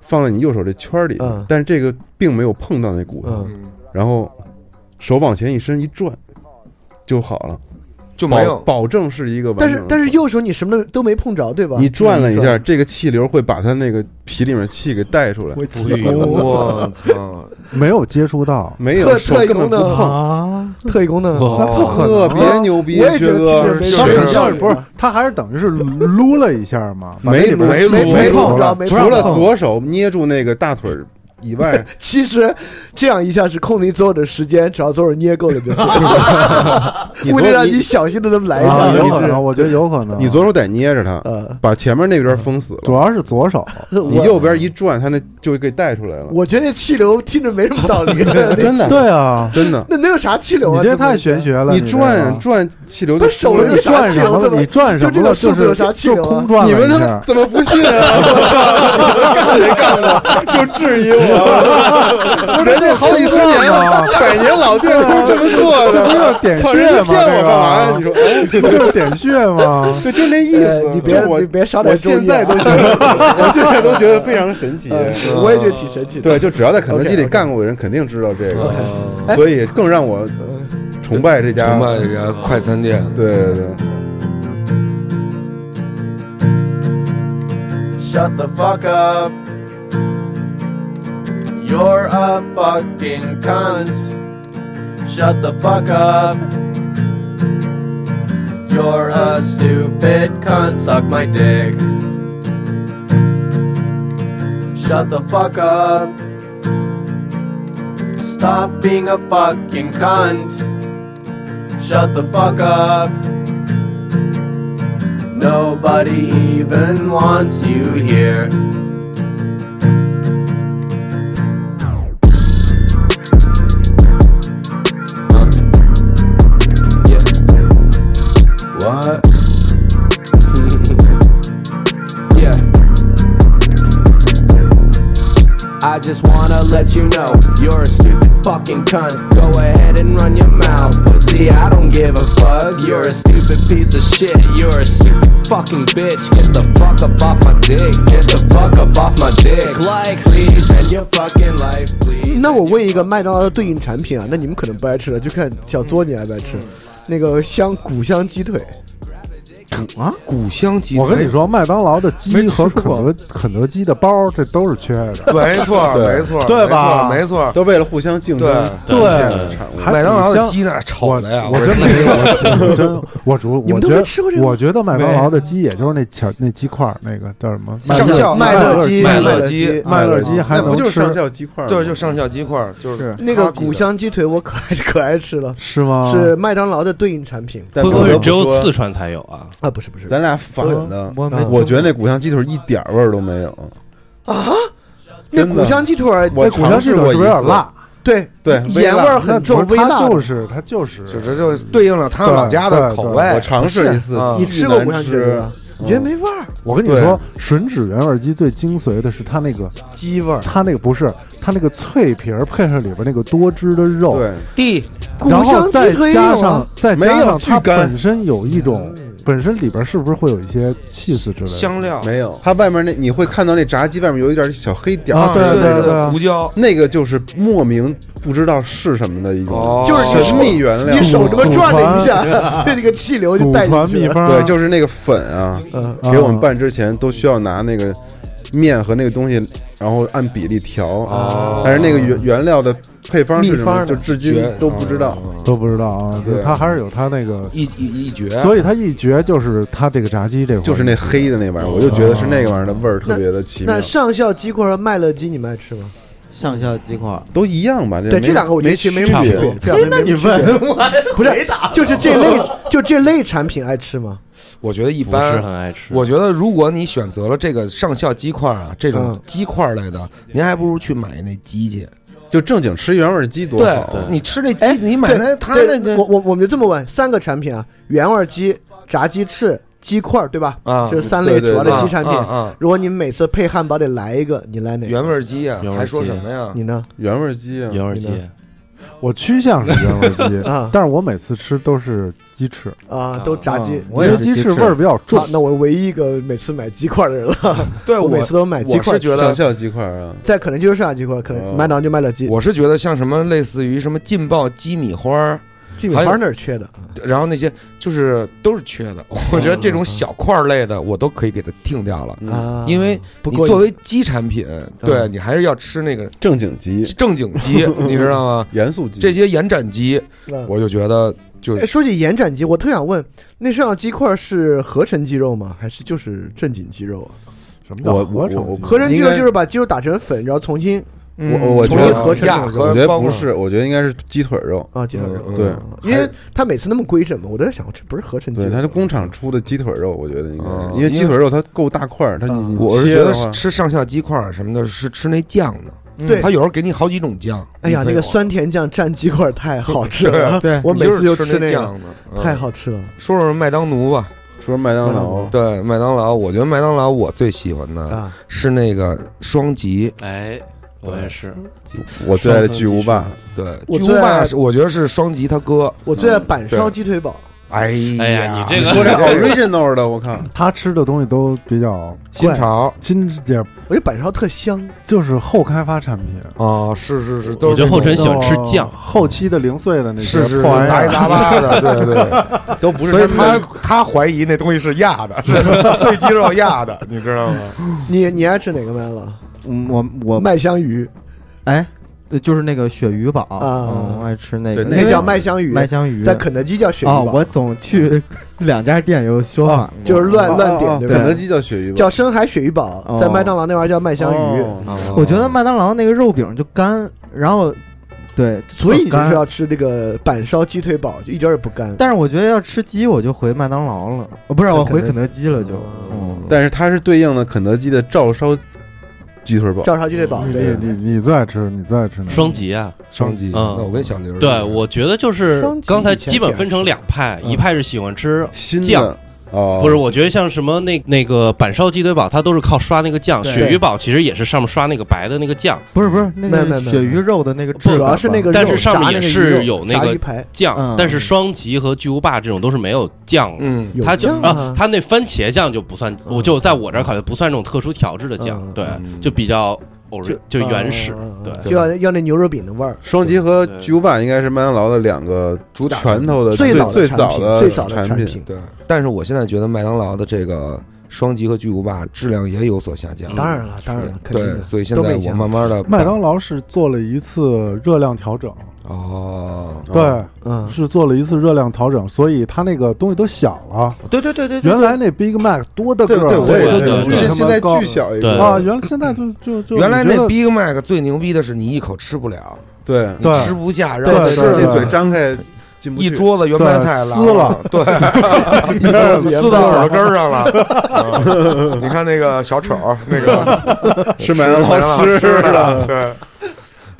放在你右手这圈儿里嗯，但是这个并没有碰到那骨头，嗯然后手往前一伸一转就好了，就没保有保证是一个完但整是的。但是右手你什么都没碰着对吧？你转了一你下，这个气流会把它那个皮里面气给带出来，我不气会有我操，没有接触到没有特手特根本工不呢碰，啊！特异功能哦那不可特能啊别牛逼，我也觉薛得哥，其实就他没是肯有定是不是？他还是等于是撸了一下嘛，把没那里边没儿撸没没碰着着，没除碰着了左手捏住那个大腿儿以 *laughs* 外，其实这样一下是控制你左手的时间，只要左手捏够了就行， *laughs* 你为左了让你你小心的那么来一啊，下，有就 *laughs* 可是能，我觉得有可能。你左手得捏着它，呃，把前面那边封死了。主要是左手，你右边一转，它那就给带出来了。我觉得气流听着没什么道理，那真的，对啊，真的， *laughs* 那能有啥气流啊？你这太玄学了。你这转个转气流不就是手出来有你了啥转气什流么这了？么你转就什这么个了？速就度有是啥气就流啊空转你了们一他下妈。怎么不信啊？ *laughs* 我操，干没干过？就质疑我，人家好几十年 *laughs* 了，百年老店都是这么做这不的。就是点操，人家骗我穴吗？干嘛呀？你这说，哎个不就是点穴吗？对，就那意呃思。你就别我你别少我点中现医在啊都觉得，我现在都觉得非常神奇。 *laughs* 呃我也觉得挺神奇的。对，就只要在肯德基里 OK，OK 干过的人，肯定知道这个，哦所以更让我崇拜这家崇。拜这家快餐店，对对对。 Shut the fuck up. You're a fucking cunt. Shut the fuck up. You're a stupid cunt. Suck my dick. Shut the fuck up. Stop being a fucking cunt. Shut the fuck up. Nobody even wants you here. Yeah. What? *laughs* yeah. I just wanna let you know you're a stupid fucking cunt. Go ahead and run your mouth, pussy. I don't give a fuck. You're a stupid piece of shit. You're a stupid fucking bitch. Get the fuck up off my dick. Get the fuck up off my dick. Like, please end your fucking life, please. 那我问一个麦当劳的对应产品啊，那你们可能不爱吃了，就看小作你爱不爱吃。那个香骨香鸡腿，古香鸡嗯腿，我跟你说，麦当劳的鸡没吃和过肯德肯德基的包，这都是缺的。没错，没错，对吧没错，都为了互相竞争对贡献的产物。还麦当劳的挺香鸡那我炒的呀，我真没有，我真我主你我们都觉没得吃过这个吗嗯我觉得麦当劳的鸡也就是那小那鸡块儿那个叫什么上校麦乐鸡鸡，麦乐鸡鸡，嗯麦乐鸡还那不能就是吃上校鸡块吗？对，就上校鸡块儿，就是是那个骨香鸡腿我可爱 *laughs* 可爱吃了，是吗？是麦当劳的对应产品但会不不得会不只有说四川才有啊？啊，不是不是，咱俩反的。我没我觉得那骨香鸡腿一点味儿都没有。那真的骨香鸡腿儿我那骨香鸡腿是不是有点辣？对对微盐味儿辣很那重，不微是辣它的。就是它就是就这就对应了他们老家的口味我。尝试一次哎是啊，你巨吃过难骨香鸡吃腿吗？你觉得没味儿？我跟你说，吮指原味鸡最精髓的是它那个，鸡味儿。它那个不是，它那个脆皮儿配上里边那个多汁的肉，对，地骨然后香再鸡腿加有啊嗯上再没加有上巨它干本身有一种本身里边是不是会有一些气死之类的香料，没有，它外面那你会看到那炸鸡外面有一点小黑点儿啊，对对对对对啊胡椒，那个就是莫名不知道是什么的一种哦就是你神秘原料你，手这么祖转了一下， *laughs* 被那个气流就祖带传进去秘了。方，对，就是那个粉啊，嗯，啊给我们拌之前都需要拿那个面和那个东西，然后按比例调。哦但是那个原原料的配方是什秘方么，呢就至今都不知道。哦都不知道啊，就是对他还是有他那个，一一一绝，所以他一绝就是他这个炸鸡这块儿就是那黑的那玩意儿，哦我就觉得是那个玩意儿的味儿特别的奇妙那，上校鸡块和麦乐鸡你们爱吃吗？上校鸡块儿。都一样吧？对，没这两个我觉得没其实没区什么区别。别。这两个没什么区别我不是就是这类 *laughs* 就这类产品爱吃吗？我觉得一不是般。很爱吃。我觉得如果你选择了这个上校鸡块啊，这种嗯鸡块类的，您还不如去买那鸡去。就正经吃原味鸡多对好啊，你吃那鸡哎，你买那他那对个我我我们就这么问，三个产品啊，原味鸡、炸鸡翅、鸡块儿，对吧？啊这是三类对对主要的对鸡产品。啊啊啊如果你们每次配汉堡得来一个，你来哪个？原味儿鸡呀啊原味，儿还说鸡什么呀？你 *laughs* 呢？原味鸡啊，有点鸡你我趋向是原味 *laughs* 鸡啊但是我每次吃都是鸡翅，啊，都炸鸡。因为鸡翅味儿比较重 *laughs* 啊，。那我唯一一个每次买鸡块的人了。对我我每次都买鸡我块是儿。觉上得，校鸡块啊，在可能就是上海鸡块，可能哦麦当劳就麦乐鸡。我是觉得像什么类似于什么劲爆鸡米花儿，基本还有上那儿缺的。然后那些就是都是缺的。我觉得这嗯种小块儿类的，我都可以给它定掉了。嗯，啊，因为不你过嗯作为鸡产品，对你还是要吃那个正经鸡，正经 *laughs* 鸡，你知道吗？严肃鸡，这些延展鸡，嗯我就觉得就哎说起延展鸡，我特想问，那上校鸡块是合成鸡肉吗？还是就是正经鸡肉啊？什么叫我合我成鸡？合成鸡应肉该就是把鸡肉打成粉，然后重新嗯我我觉得重新合成亚我我觉得不，是，我觉得应该是鸡腿肉，啊，鸡肉。嗯对嗯因为它每次那么规整嘛，我都在想，这不是合成鸡对，肉？它是工厂出的鸡腿肉，我觉得应该嗯是，因为鸡腿肉它够大块儿，它你嗯你我是切觉得的话吃上校鸡块儿什么的，是吃那酱的。对他有时候给你好几种酱。哎呀，你可那以个往酸甜酱蘸鸡块太好吃 *laughs* 啊了，对我你每就次是就吃那个，酱的，嗯太。好吃了。说说麦当奴吧，说麦当劳，对麦当劳，我觉得麦当劳我最喜欢的啊，是那个双吉，哎，我也是，我最爱的巨无霸，对，我巨无最霸爱是我觉得是双吉他哥。我最爱板烧鸡腿堡，哎哎呀呀，你这个 *laughs* 说这 *laughs* original 的，我靠，他吃的东西都比较新怪潮新也我觉得板烧特香。就是后开发产品。啊，是是是，都我是觉得后那晨种喜啊欢吃酱，后期的零碎的那些是是破玩意杂儿七杂八的，啊 *laughs* 对对，都不是所以他们他他怀疑那东西是压的，是 *laughs* 碎鸡肉压的，你知道吗？你你爱吃哪个麦当劳？嗯我我麦香鱼哎，对就是那个鳕鱼堡，啊嗯我爱吃那个，对那因为叫麦香鱼，麦香鱼。在肯德基叫鳕鱼哦，堡，我总去 *laughs* 两家店有说法，就是乱哦乱哦点，对不肯德对？基叫鳕鱼吧，叫深海鳕鱼堡，在哦麦当劳那玩意儿叫麦香鱼，哦我觉得麦当劳那个肉饼就干，然后对，所以你特就是干。要吃这个板烧鸡腿堡，就一点儿也不干。但是我觉得要吃鸡，我就回麦当劳了，哦不是我回肯德基了就。嗯，但是它是对应的肯德基的照烧鸡腿堡，照烧鸡腿堡，你对你你你最爱吃，你最爱吃哪个双极啊。双吉，嗯那我跟小刘儿对，我觉得就是双极刚才以前基本挺爱分成吃两派，嗯一派是喜欢吃新酱的哦，不是，我觉得像什么那那个板烧鸡腿堡，它都是靠刷那个酱；对鳕鱼堡其实也是上面刷那个白的那个酱，不是不是，那没有个没有没有鳕鱼肉的那个主质感吧，要是那个肉，但是上面炸也那个是鱼肉有那炸个鱼排，酱。嗯但是双极和巨无霸这种都是没有酱的，嗯，有它就酱啊，它那番茄酱就不算，嗯我就在我这儿考虑不算那种特殊调制的酱嗯，对嗯，就比较偶就然，就原始啊啊啊，对就要要那牛肉饼的味儿。双吉和巨无霸应该是麦当劳的两个主打拳头的最最老的产早品最早的产产品，品，对，但是我现在觉得麦当劳的这个双吉和巨无霸质量也有所下嗯降，当然了，当然了，肯定对，的。所以现都在没我降慢慢的麦当劳是做了一次热量调整，哦，对，嗯，是做了一次热量调整，所以它那个东西都小了。对对对对原来那 Big Mac 多的个对儿，对，我也对觉对得对现他妈现在高巨小一对个，啊！原来现在就就就原来你觉那得 Big Mac 最牛逼的是你一口吃不了，对，你对吃不下，然对后对吃是对你那嘴张开进不去一桌子圆白对菜拉撕了，对，撕到耳朵根儿上了。嗯 *laughs* 你看那个小丑，那个 *laughs* 吃麦麦当劳劳吃的。吃的，对，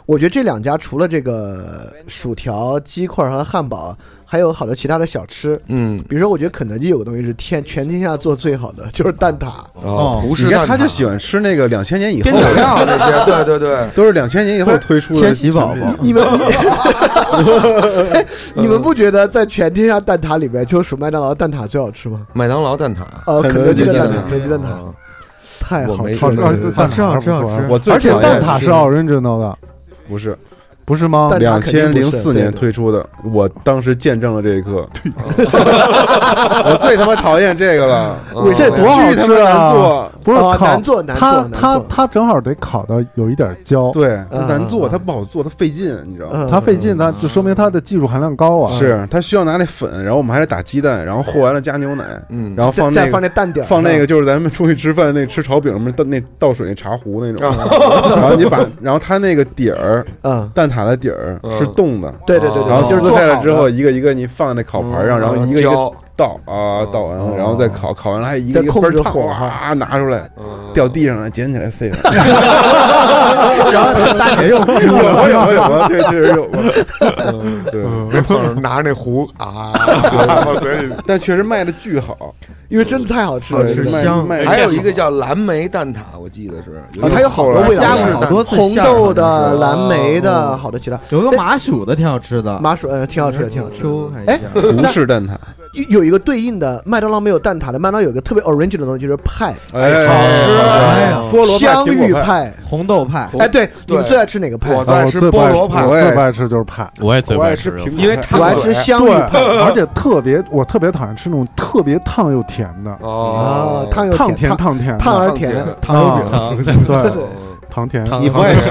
我觉得这两家除了这个薯条、鸡块和汉堡，还有好的其他的小吃。嗯，比如说，我觉得肯德基有个东西是天全天下做最好的，就是蛋挞。哦，葡式你看蛋挞，他就喜欢吃那个两千年以后边，角料这 *laughs* 些，对对对，都是两千年以后推出的千禧宝宝产品你们，哎 *laughs* 你们不觉得在全天下蛋挞里面，就数麦当劳蛋挞最好吃吗？麦当劳蛋挞，呃，肯肯德德基基的蛋蛋挞挞，肯德基蛋挞啊太我好没吃吃了。过啊，蛋吃好挞吃好吃我最而且讨厌蛋挞是 original 的，不是不是吗？蛋挞两肯定千不是零四年对对推出的，我当时见证了这一刻。 *laughs* 我最他妈讨厌这个了，我这嗯多巨好他吃妈难啊做。不是啊烤难做难做它难做它它正好得烤到有一点焦，对，它嗯难做，嗯它不好做，它费劲，你知道吗？嗯它费劲，它就说明它的技术含量高啊。是，它需要拿那粉，然后我们还得打鸡蛋，然后和完了加牛奶，嗯，然后再放再那放个那蛋点儿，放那个就是咱们出去吃饭那吃炒饼什么倒那倒水那茶壶那种，啊然后你把然后它那个底儿嗯，蛋挞的底儿是嗯冻的，对对对对，然后就是撕做开好了的嗯之后，一个一个你放在那烤盘上，然后一个一个浇，倒啊倒完了，然后再烤，烤完了还一个再一个控分制烫火候啊拿出来，嗯掉地上了捡起来 *laughs* 塞了。然后大姐又有过有过有过，这确实有过。嗯对，拿着那壶啊，然后嘴里但确实卖的巨好，因为真的太好吃了，对吃真的卖香卖哎还有一个叫蓝莓蛋挞，我记得是，有啊它有好多味道加过好多次红馅儿豆好的、像是蓝莓的，哦好的其他有个麻薯的挺好吃的，麻薯，嗯，挺好吃的，挺好吃的。 Q 还哎行。葡式蛋挞，有有一个对应的，麦当劳没有蛋挞的，麦当劳有个特别 orange 的东西，就是派，哎，好吃哎呀，啊菠萝派、香苹芋果派，派。红豆派，红哎，对，你们对最爱吃哪个派？我啊爱我吃最不爱菠萝派我我也最不爱吃就是派。我也最我不爱爱吃吃肉苹果派，因为我它爱吃香芋对，派而且特别，我特别讨厌吃那种特别烫又甜的，啊哦，，烫又烫甜，甜烫甜的，烫而烫甜甜，糖油饼，啊对，对糖甜。糖你不爱吃，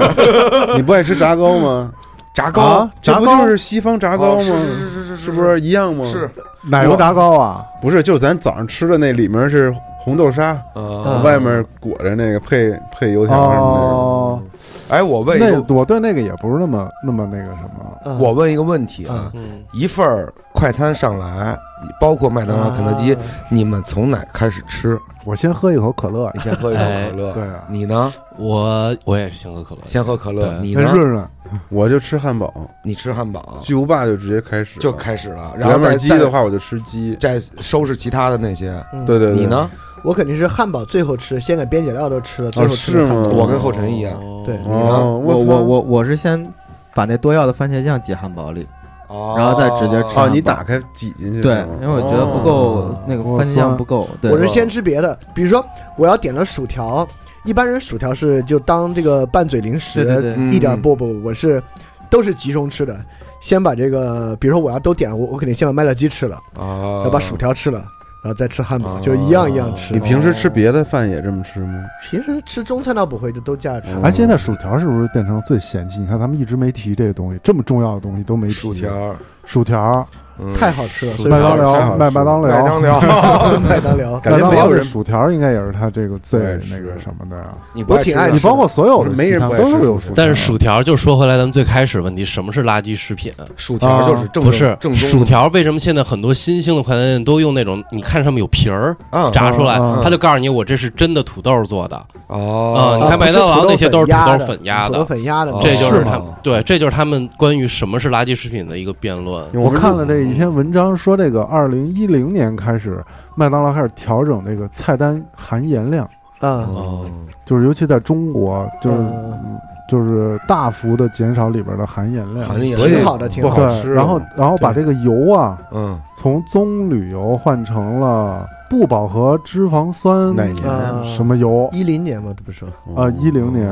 *laughs* 你不爱吃炸糕吗？炸糕啊，这炸不糕就是西方炸糕哦是吗？是是是是不是一样吗？是是奶油炸糕啊？不是，就是咱早上吃的那里面是红豆沙，啊？外面裹着那个配配油条什么那种。哦，哎，我问一那个，我对那个也不是那么那么那个什么。嗯我问一个问题啊，嗯，一份儿快餐上来，包括麦当劳、呃肯德基啊，你们从哪开始吃？我先喝一口可乐你，先喝一口哎可对乐，啊，你呢？我我也是先喝可乐，先喝可乐，对你先呢？哎润润。我就吃汉堡，你吃汉堡巨无霸就直接开始了就开始了，然原后再本鸡的，话我就吃鸡。再再收拾其他的那些。对对对，你？呢？嗯我肯定是汉堡最后吃，先给边角料都吃了，最哦，后吃是的汉吗堡。？啊我跟后尘一样。哦对你呢哦，我操我我我是先把那多要的番茄酱挤汉堡里，然然后再直接吃哦，汉堡你打开挤进去是对吗。，哦因为我觉得不够那个番茄酱不够，对我，是先吃别的，比如说我要点了薯条，一般人薯条是就当这个拌嘴零食，对对对，嗯一点儿不不不，我是都是集中吃的。先把这个，比如说我要都点了，我我肯定先把麦乐鸡吃了，啊要把薯条吃了，然后再吃汉堡，哦就是一样一样吃你。平时吃别的饭也这么吃吗？平时吃中餐倒不会，就都加着吃。嗯哎，现在薯条是不是变成最嫌弃？你看他们一直没提这个东西，这么重要的东西都没提。薯条，薯条，嗯太好吃了，所以麦当太好劳，吃麦麦当麦劳，当 *laughs* 劳，麦当劳。感觉麦当劳没有人的薯条应该也是它这个最对是那个什么的呀。你不爱我挺吃爱的你包括所有的没人西餐不爱都吃是有薯条薯条的，但是薯条就说回来，咱们最开始问题，什么是垃圾食品？啊薯条就是正不是正宗的薯条，为什么现在很多新兴的快餐店都用那种？你看上面有皮儿啊炸出来嗯嗯，他就告诉你我这是真的土豆做的。哦啊你看麦当劳那些都是土豆土豆粉压的土豆粉压的哦，这就是是吗他们对，这就是他们关于什么是垃圾食品的一个辩论。我我们看录了这一篇文章，说这个二零一零年开始，麦当劳开始调整这个菜单含盐量，嗯，哦，就是尤其在中国，就是、嗯就是大幅的减少里边的含盐量。含盐所以挺好的，挺不好好的。吃对，然后然后把这个油啊，嗯从棕榈油换成了不饱和脂肪酸哪年嗯什么油一零年嘛，这不是哦啊？一零年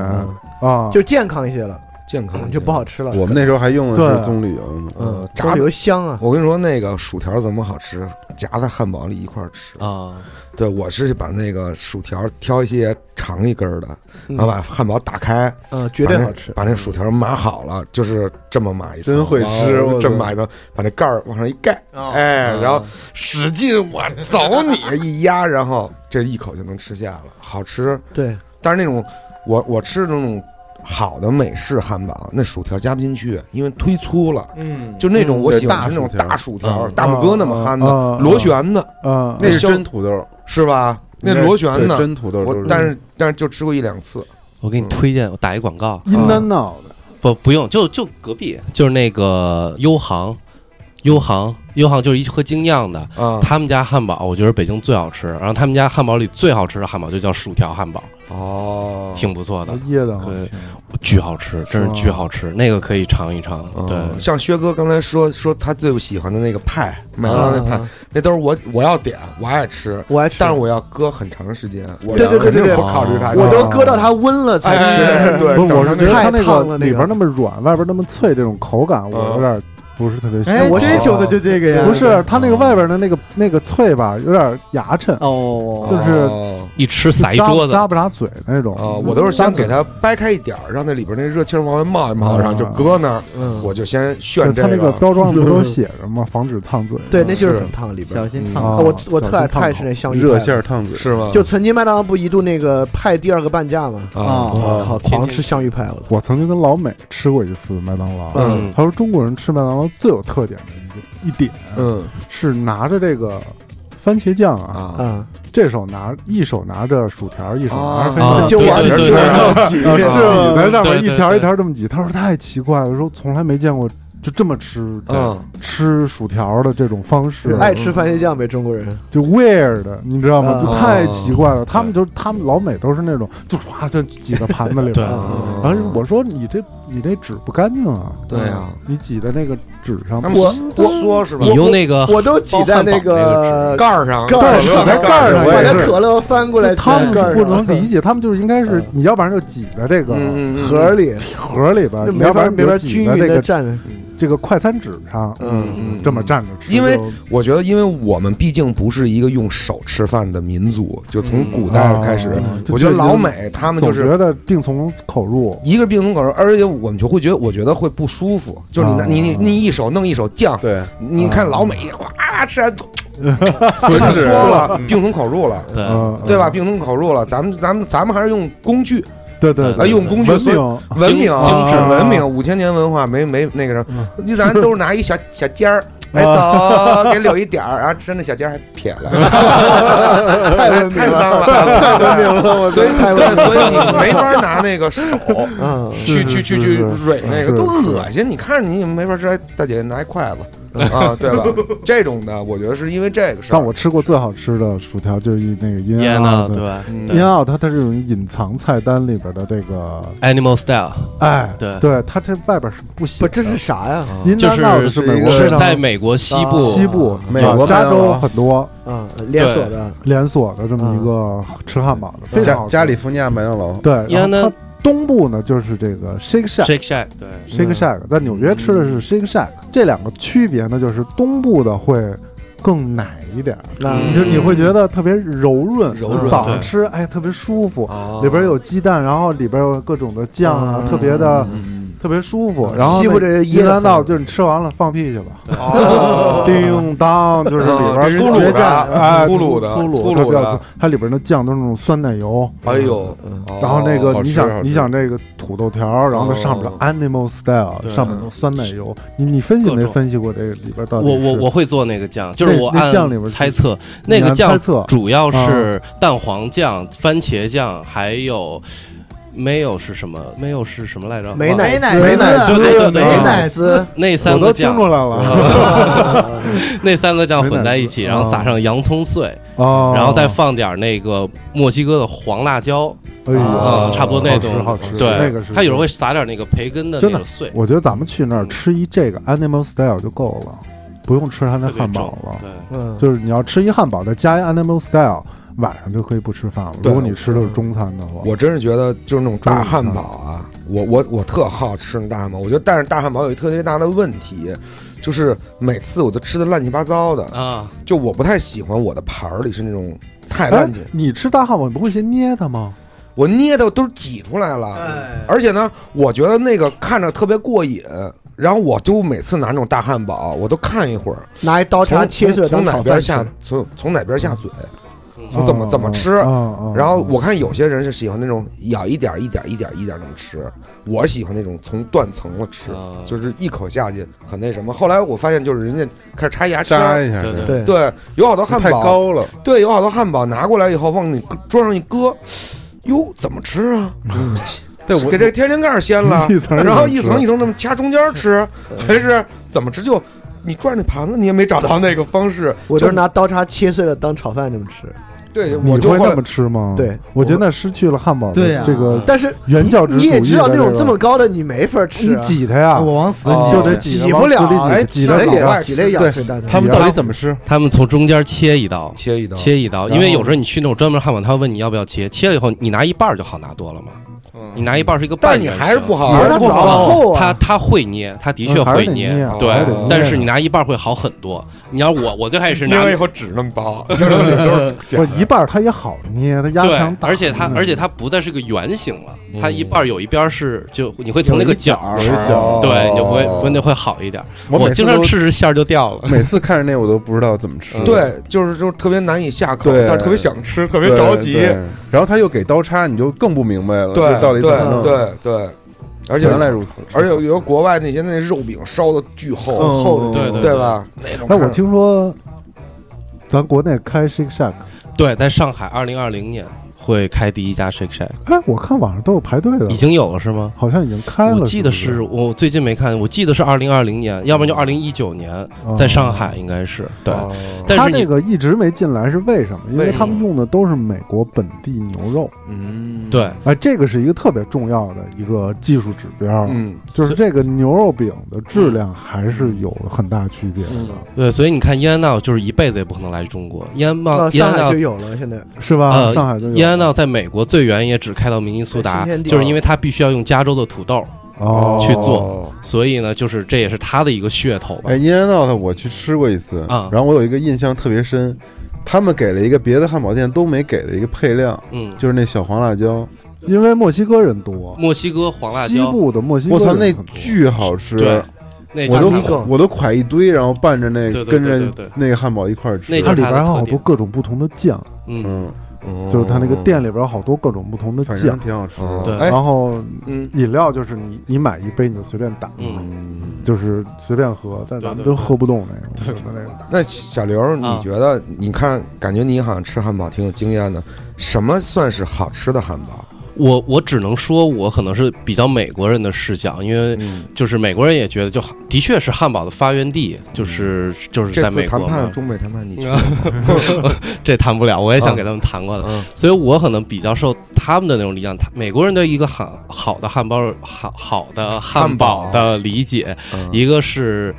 嗯啊，就健康一些了，健康就不好吃了。我们那时候还用的是对棕榈油呢。嗯炸炸油的。香啊，我跟你说，那个薯条怎么好吃？夹在汉堡里一块儿吃。啊，对，我是把那个薯条挑一些长一根儿的，然后把汉堡打开，嗯，绝对好吃。把那薯条码好了，就是这么码一层，真会吃然后我这操么码一层，把那盖儿往上一盖，哦哎，然嗯后使劲我走你一压，然后这一口就能吃下了，好吃。对，但是那种我我吃那种好的美式汉堡，那薯条加不进去，因为忒粗了。嗯，就那种我对喜欢吃那种大大薯条，嗯大拇哥那么憨的，啊螺旋的啊，那是那真土豆，是吧？那是螺旋对的，真土豆都我是。嗯但是但是就吃过一两次。我给你嗯推荐，我打一广告，阴南闹的不不用，就就隔壁，就是那个优航，优航优航就是一喝精酿的，啊，他们家汉堡我觉得北京最好吃，然后他们家汉堡里最好吃的汉堡就叫薯条汉堡，哦，挺不错的，噎的慌对，巨好吃，真是巨好吃，那个可以尝一尝。嗯对，像薛哥刚才说说他最喜欢的那个派，麦当劳那派，啊那都是我我要点，我爱吃，我还吃，但是我要搁很长时间。我对对对肯定对对不考虑他，我都搁到它温了哎才哎哎吃。嗯哎对不是，我是觉得它太烫个了那个里边那么软，外边那么脆，这种口感我有点不是特别喜欢。哎，我追求的就这个呀，不是它那个外边的那个那个脆吧，有点牙碜，哦，就是哦一吃扎撒一桌子，扎不扎嘴的那种。哦，我都是先给它掰开一点儿，让那里边那热气儿往外冒一冒，啊然后就搁那儿，嗯，我就先炫对这它那个标装上不都写着吗？ *laughs* 防止烫嘴。对，那就嗯是是嗯很烫里边小儿。心嗯烫啊，哦口。我我特爱小心烫特爱吃那香芋热派馅儿烫嘴，是吗？就曾经麦当劳不一度那个派第二个半价嘛，哦啊，我靠，天狂天吃香芋派，我操！我曾经跟老美吃过一次麦当劳，嗯他说中国人吃麦当劳最有特点的一个一点嗯是拿着这个番茄酱啊，啊，啊，这手拿一手拿着薯条，一手拿着番啊茄酱，就对往对里对吃对啊， *laughs* 是挤在上面对对一条一条这么挤。他说太奇怪了，说从来没见过就这么吃嗯，吃薯条的这种方式，爱吃番茄酱呗，中国人。就 weird 的，你知道吗？啊就太奇怪嗯了。他们就他们老美都是那种就唰就挤到盘子里对边。嗯然后我说你这你这纸不干净啊，对啊，你挤在那个纸上他，们我缩缩是吧？你用那个我都挤在那个盖儿上，盖儿上，我在盖儿上把我也那是可乐翻过来就挤他在们盖儿是上，不能理解，他们就是应该嗯是你要不然就挤在这个嗯嗯盒里，盒里边那，你没要不法然没就法挤均在匀这的个站。这个快餐纸上，嗯嗯，这么站着吃，因为就我觉得，因为我们毕竟不是一个用手吃饭的民族，就从嗯古代开始，啊我觉得老美他们就总是觉得病从口入，一个病从口入，而且我们就会觉得，我觉得会不舒服。就是你拿啊你你你一手弄一手酱，对，你看老美一哗吃完吐损太失缩了，病从口入了。对嗯，对吧？？病从口入了，咱们咱们咱们还是用工具，对嗯对啊，对，用工具，文所明以文精明精神文明，五千年文化没没那个什么，你咱都是拿一小小尖儿，哎走，给留一点儿，然后吃那小尖儿还撇了，太文太明了脏了，太文明了，我所以太对，所以你没法拿那个手。嗯，去去是去是去是蕊那个是都恶心，你看着你也没法吃。哎大姐拿一筷子啊，对吧？这种的，我觉得是因为这个事但儿。我吃过最好吃的薯条就是一那个对啊烟 In 呢， Out，啊对 In 嗯 Out 啊它它这种隐藏菜单里边的这个， ，Animal Style，哎，对对，它这外边是不写不，的，这是啥呀？ In 就 and Out 是是美国是非常在美国西部，西部嗯啊，美国啊加麦当劳州很多啊，连锁的，连锁的这嗯么一个吃汉堡的，非常加好吃加利福尼亚麦当劳，对，然 In 后 and 它东部呢就是这个 Shake Shack。 Shake Shack，对， Shake 嗯 Shack，在纽约吃的是 Shake Shack，这两个区别呢，就是东部的会更奶一点儿，那嗯就是你会觉得特别柔润，柔润早对上吃哎特别舒服，啊里边有鸡蛋，然后里边有各种的酱啊，嗯特别的特别舒嗯服。然后西部这是伊椰子兰道粉就是你吃完了放屁去吧， *laughs* 哦叮当就是里边 *laughs* 粗鲁倔的强哎粗鲁的粗鲁粗鲁它比较的粗它里边的酱都是那种酸奶油，哎呦，然后那好个吃你好想吃你想这个土豆条儿，然后它上面的哦 animal style，对上面的酸奶油，你你分析各没种分析过这个里边到底我我是我会做那个酱，就是那我那按酱里边是猜测，你那个按酱猜测啊主要是蛋黄酱、番茄酱，还有没有是什么？哦没有是什么来着？美忘了乃奶美奶对对对滋，对美乃滋，那我三都个听酱 *laughs* 出，来了那三个酱混在一起，美乃然滋啊后撒上洋葱碎， *laughs* 哦，然后再放点那个墨西哥的黄辣椒，哎呦哦啊，差不多那种好吃好吃，对，那个是他有时候会撒点那个培根的那真的个碎，我觉得咱们去那儿吃一这个 Animal Style 就够了，不用吃他那特别汉堡正了。对，嗯，就是你要吃一汉堡，再加一 Animal Style，晚上就可以不吃饭了。对如果你吃的是中餐的话，我真是觉得就是那种大汉堡啊，嗯我我我特好吃那大汉堡。我觉得，但是大汉堡有一特别大的问题，就是每次我都吃的乱七八糟的，啊，就我不太喜欢我的盘儿里是那种太哎烂进，，你吃大汉堡，你不会先捏它吗？我捏的都挤出来了。哎而且呢，我觉得那个看着特别过瘾。然后我就每次拿那种大汉堡，我都看一会儿，拿一刀叉从切碎从从当哪炒边饭吃下，从从哪边下嘴，嗯从怎么啊怎么吃，啊嗯啊然后我看有些人是喜欢那种咬一点儿一点儿一点儿一点儿那么吃，我喜欢那种从断层了吃，啊就是一口下去很那什么。后来我发现就是人家开始插牙签扎儿，一下，对对对，对，有好多汉太堡，高了，对，有好多汉堡拿过来以后往你桌上一搁，哟，怎么吃啊？ *laughs* 对我给 *laughs* 这个天灵盖儿掀了 *laughs* ，一层一层然后吃一层一层那么掐中间儿吃，还是怎么吃就你转那盘子，你也没找到那个方式。我就就是拿刀叉切碎了当炒饭那么吃。对，你我就会后那来么吃吗？对，我觉得那失去了汉堡对的呀这个但是原教旨你也主义知道的那种个这么高的你没法吃你啊，挤它呀，我往死哦挤，嗯就得挤挤不了啊，往哎，死里挤挤了到挤脑了袋也挤了也要吃蛋。他们到底怎么吃？他们从中间切一刀，切一刀，切一刀，然因后为有时候你去那种专门汉堡，他会问你要不要切，切了以后你拿一半儿就好拿多了嘛，嗯你拿一半儿是一个半，但你还是不。好啊，而它主要厚他啊，他会捏，他的确嗯还会是得捏啊对还是得捏，但是你拿一半儿会好很多。你要我，我最开始是 *laughs* 拿捏了以后纸那么薄，就是就是我一半儿它也好捏，它压对强，大嗯而且它而且它不再是个圆形了，它一半儿有一边儿是就你会从那个角儿，有一角儿对，你就不会温度会好一点。我每我次经常都吃着馅儿就掉了。每次看着那我都不知道怎么吃。 *laughs* 对，就是就是特别难以下口，对但是特别想吃，特对，别着急对。。然后他又给刀叉，你就更不明白了，对这到底怎对么弄？对对，而且原来如此。而且有有国外那些那肉饼烧的巨厚，嗯厚的对对对？吧？那种那我看听说，咱国内开 Shake Shack，对，在上海二零二零年会开第一家 Shake Shack，哎，我看网上都有排队的已，经有了是吗？好像已经开了。我记得是是我最近没看，我记得是二零二零年，要不然就二零一九年，不是在上。海应该是对。啊哦哦他但是这你个一直没进来是为什么？因为为什么他们用的都是美国本地牛肉，嗯，哦对哎，这个是一个特别重要的一个技术指标，啊嗯，就是这个牛肉饼的质量还是有很大区别的，嗯对，所以你看伊安娜就是一辈子也不可能来中国，伊安娜啊伊上安海娜就有了现在。是吧？呃上海就有伊安娜在美国最远也只开到明尼苏达新天，地就是因为它必须要用加州的土豆，哦，去做所以呢，就是这也是它的一个噱头吧哎，。伊安闹的我去吃过一次，啊然后我有一个印象特别深，他们给了一个别的汉堡店都没给的一个配料，嗯，就是那小黄辣椒。因为墨西哥人多，墨西哥黄辣西椒，部的墨西哥我人操，很多，那巨好吃！对，那我家都汉堡我都㧟一堆，然后拌着那对对对跟着对对对那个汉堡一块儿吃那。它就是里边它的还有好特多点各种不同的酱，嗯，嗯，就是它那个店啊里边有好多各种不同的反正酱，挺好吃的。嗯，对哎，然后嗯饮料就是你你买一杯你就随便打，嗯，就是随便喝，但是咱们都喝不动那个，我觉得那个那小刘，你啊觉得？你看，感觉你好像吃汉堡挺有经验的。什么算是好吃的汉堡？我我只能说，我可能是比较美国人的视角，因为嗯，就是美国人也觉得就，的确是汉堡的发源地，就是就是嗯这在次美国嘛。谈判，中美 *laughs* 谈判，你去啊这谈不了，我也想给他们谈过的，嗯所以我可能比较受他们的那种理想。他美国人对一个好好的汉堡好好的汉堡汉堡的理解，嗯一个是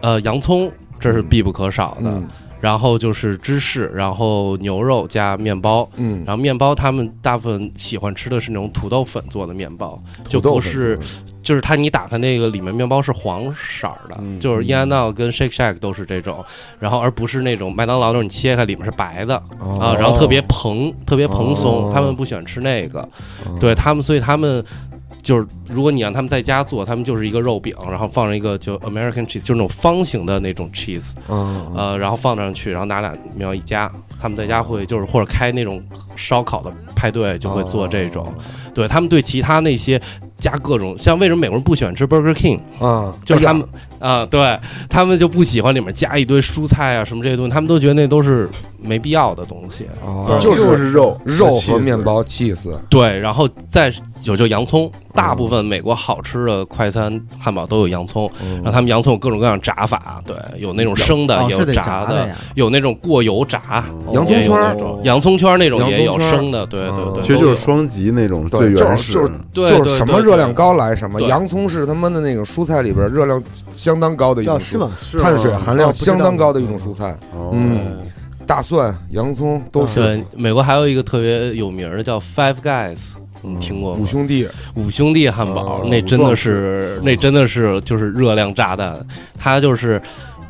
呃洋葱，这是必不可少的，嗯然后就是芝士，然后牛肉加面包。嗯，然后面包，他们大部分喜欢吃的是那种土豆粉做的面包，就土豆不粉是，就是它你打开那个里面面包是黄色儿的，嗯就是伊安娜跟 Shake Shack 都是这种，然后而不是那种麦当劳那种你切开里面是白的、啊，然后特别蓬，特别蓬松，哦他们不喜欢吃那个，哦对他们，所以他们。就是如果你让他们在家做，他们就是一个肉饼，然后放上一个就 American cheese，就是那种方形的那种 cheese，嗯，嗯呃，然后放上去，然后拿俩面包一夹。他们在家会就是或者开那种烧烤的派对，就会做这哦种。对他们对其他那些加各种，像为什么美国人不喜欢吃 Burger King，啊，就是他哎呀们啊、对他们就不喜欢里面加一堆蔬菜啊什么这些东西，他们都觉得那都是没必要的东西。哦嗯就是肉肉和 cheese 面包 cheese，对，然后再有就洋葱，大部分美国好吃的快餐汉堡都有洋葱，然后他们洋葱有各种各样炸法，啊对，有那种生的，哦，也是有得炸的呀，有那种过油炸，嗯洋葱也圈有儿那种洋葱圈儿那种也洋有葱圈儿生的，对对嗯对，其实就都有是双极那种最对就是原始，就是对对就是什么对热量对高来什么。对洋葱是他妈的那个蔬菜里边热量相当高的一种啊，蔬是吗？碳啊水含量哦不知道相当高的一种蔬菜。哦嗯，大蒜、洋葱都是。对，美国还有一个特别有名儿的叫 Five Guys，你听过吗嗯五？兄弟，五兄弟汉堡嗯，那真的是，那真的是就是热量炸弹，它就是。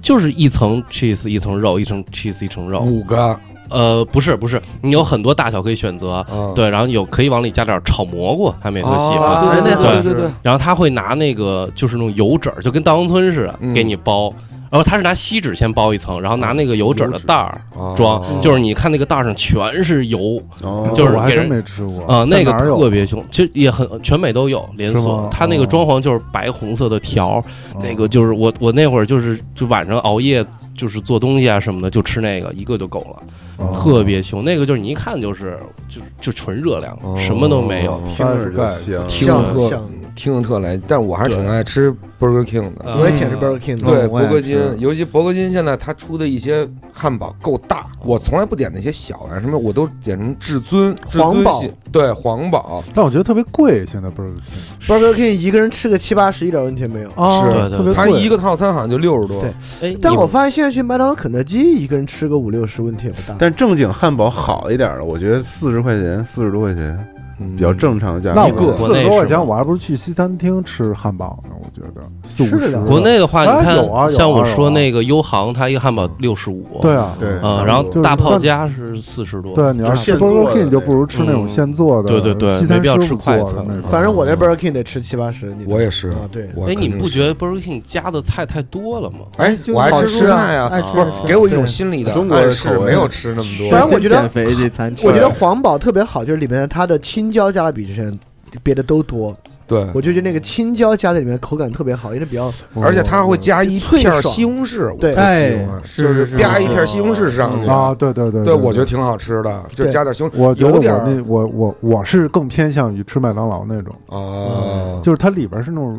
就是一层 cheese 一层肉，一层 cheese 一层肉。五个，呃，不是不是，你有很多大小可以选择。嗯，哦对，然后有可以往里加点炒蘑菇，他们也特喜欢。啊对对对对对，然后他会拿那个就是那种油纸儿，就跟稻香村似的，嗯给你包。然后他是拿锡纸先包一层，然后拿那个油纸儿的袋儿哦装，就是你看那个袋儿上全是油，哦就是我还给真人没吃过啊、哦在那个哪儿有特别凶，其实也很全美都有连是吗锁。它那个哦装潢就是白红色的条儿，哦那个就是我我那会儿就是就晚上熬夜就是做东西啊什么的，就吃那个一个就够了。哦特别凶。那个就是你一看就是就就纯热量，哦什么都没有。听着就香。听像着特像听着特来，但我还是挺对爱吃 Burger King 的。嗯哦我也挺是 Burger King 的，对，我博也格是金，尤其博格金现在他出的一些汉堡够大，我从来不点那些小啊呀、什么，我都点成至尊、至皇尊堡系，对，皇堡，但我觉得特别贵，现在 Burger King Burger King 一个人吃个七八十一点问题没有。哦啊对对特别对他贵一个套餐好像就六十多，对哎，但你我发现现在去麦当劳、肯德基，一个人吃个五六十问题也不大。但正经汉堡好一点的，我觉得四十块钱、四十多块钱嗯比较正常的价格。那一个我国四内十多块是吗钱，我还不如去西餐厅吃汉堡呢。我觉得四吃五得十了，国内的话，啊你看有啊有啊像我有啊嗯说那个优航，它一个汉堡六十五，对啊，对哎嗯，然后就是大炮但家是四十多，对，你要就是吃现做的 Burger King 那就不如吃那种嗯现做的，对对对西没餐必要师吃傅做快的餐啊那种。反正我在 Burger King 得吃七八十，你嗯我也是，啊，对，我哎，你肯定们不是觉得 Burger King 加的菜太多了吗？哎，就我爱好吃吃蔬菜啊，啊，爱啊吃不是给我一种心理的中国人暗示，口味没有吃那么多反，正我觉得减肥这餐吃，我觉得皇堡特别好，就是里面的它的青椒加的比之前别的都多，对，嗯我就觉得那个青椒加在里面口感特别好，因为比较嗯而且他会加一脆片爽西红柿，我对特喜欢哎是就是是啪是一片西红柿上去，啊，对对对对，我觉得挺好吃的，就对加点西红柿，我觉得有点我儿那我我我是更偏向于吃麦当劳那种，啊哦，就是它里边是那种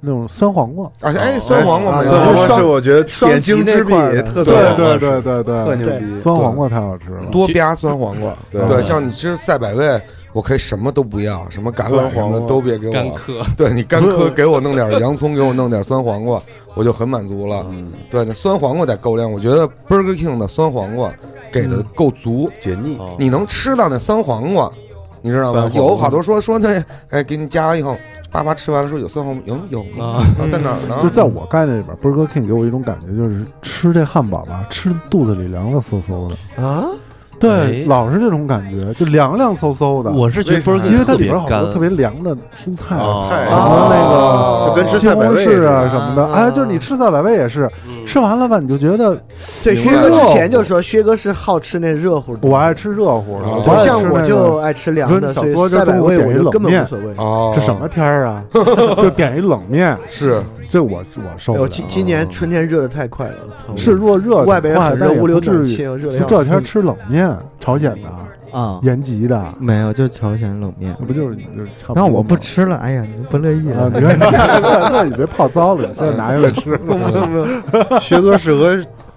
那种酸黄瓜，而且哎，酸黄瓜哎没三黄有瓜国是我觉得双点睛之笔双极那块儿，的特别对好对对对特对，牛逼。酸黄瓜太好吃了。多啪酸黄瓜。对对，像你吃赛百味，我可以什么都不要，什么橄榄酸黄黄瓜的都别给干我。科， *laughs* 对你干科给我弄点洋葱，给我弄点酸黄瓜，我就很满足了。嗯，对，那酸黄瓜得够量，我觉得 Burger King 的酸黄瓜给的够足，解腻。哦你能吃到那酸黄瓜，你知道吗酸？黄瓜有好多说说那，哎，给你加以后，爸妈吃完了说有酸黄瓜，有有啊，啊在哪儿呢？就在我概念里边，Burger King 给我一种感觉，就是吃这汉堡吧，吃肚子里凉了嗖嗖的。啊，对，哎老是这种感觉，就凉凉嗖嗖的。我是觉得 Burger 因 King 为它特里别边好干多，特别凉的蔬菜，啊哦菜然后那哦个就跟吃西赛百红味柿啊似什么的，哎，就是你吃赛百味也是，嗯吃完了吧，你就觉得对，明薛白哥了之前就说薛哥是好吃那热乎的，我爱吃热乎的，哦不爱像吃我那就个。爱吃凉的，说所你以小桌赛百中午味点我一就冷根本面无所谓。哦，这什么天儿 *laughs* 啊？就点一冷面，是这我我受哎不了。我今今年春天热的太快了，我操是若热的外边快很但热，也物流不暖至气于。又热就量。这天吃冷面，朝鲜的、啊，延吉的，没有，就是朝鲜冷面。那不就是就是差不多吗？那我不吃了，哎呀，你不乐意啊！了哦你。看， *laughs* 那你被泡糟了，你现在拿下来吃。 *laughs* 嗯 *laughs* 学哥适合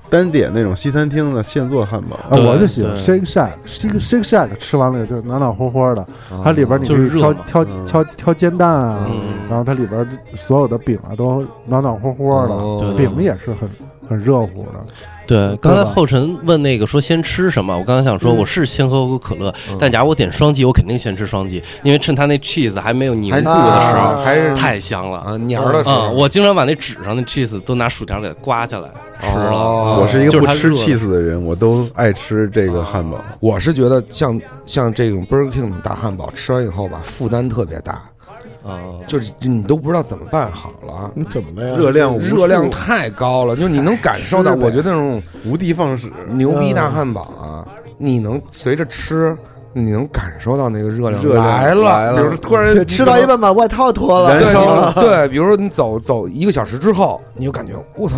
单点那种西餐厅的现做汉堡，啊，对我就喜欢对 Shake Shack，Shake Shake Shack 吃完了就暖暖和和的，它里边你可就是以热挑嘛挑嗯挑挑煎蛋啊，嗯然后它里边所有的饼啊都暖暖和哦和的，对饼也是很很热乎的。对，刚才吧嗯后晨问那个说先吃什么，我刚才想说我是先喝口可乐，但假如我点双击，我肯定先吃双击，因为趁它那 cheese 还没有凝还固是的时啊候，还是嗯太香了。啊黏儿嗯的时啊、候，我经常把那纸上的 cheese 都拿薯条给它刮下来吃了。哦嗯我是一个就是不它吃热的 cheese 的人，我都爱吃这个汉堡。我是觉得像像这种 Burger King 大汉堡吃完以后吧，负担特别大，嗯就是你都不知道怎么办好了，你怎么了呀？热量无处热量太高了，就是你能感受到，吃呗我觉得那种无的放矢，牛逼大汉堡啊，你能随着吃，你能感受到那个热量热量来来了比如说突然对，吃到一。半把外套脱了，燃对烧了你对，比如说你走走一个小时之后，你就感觉我操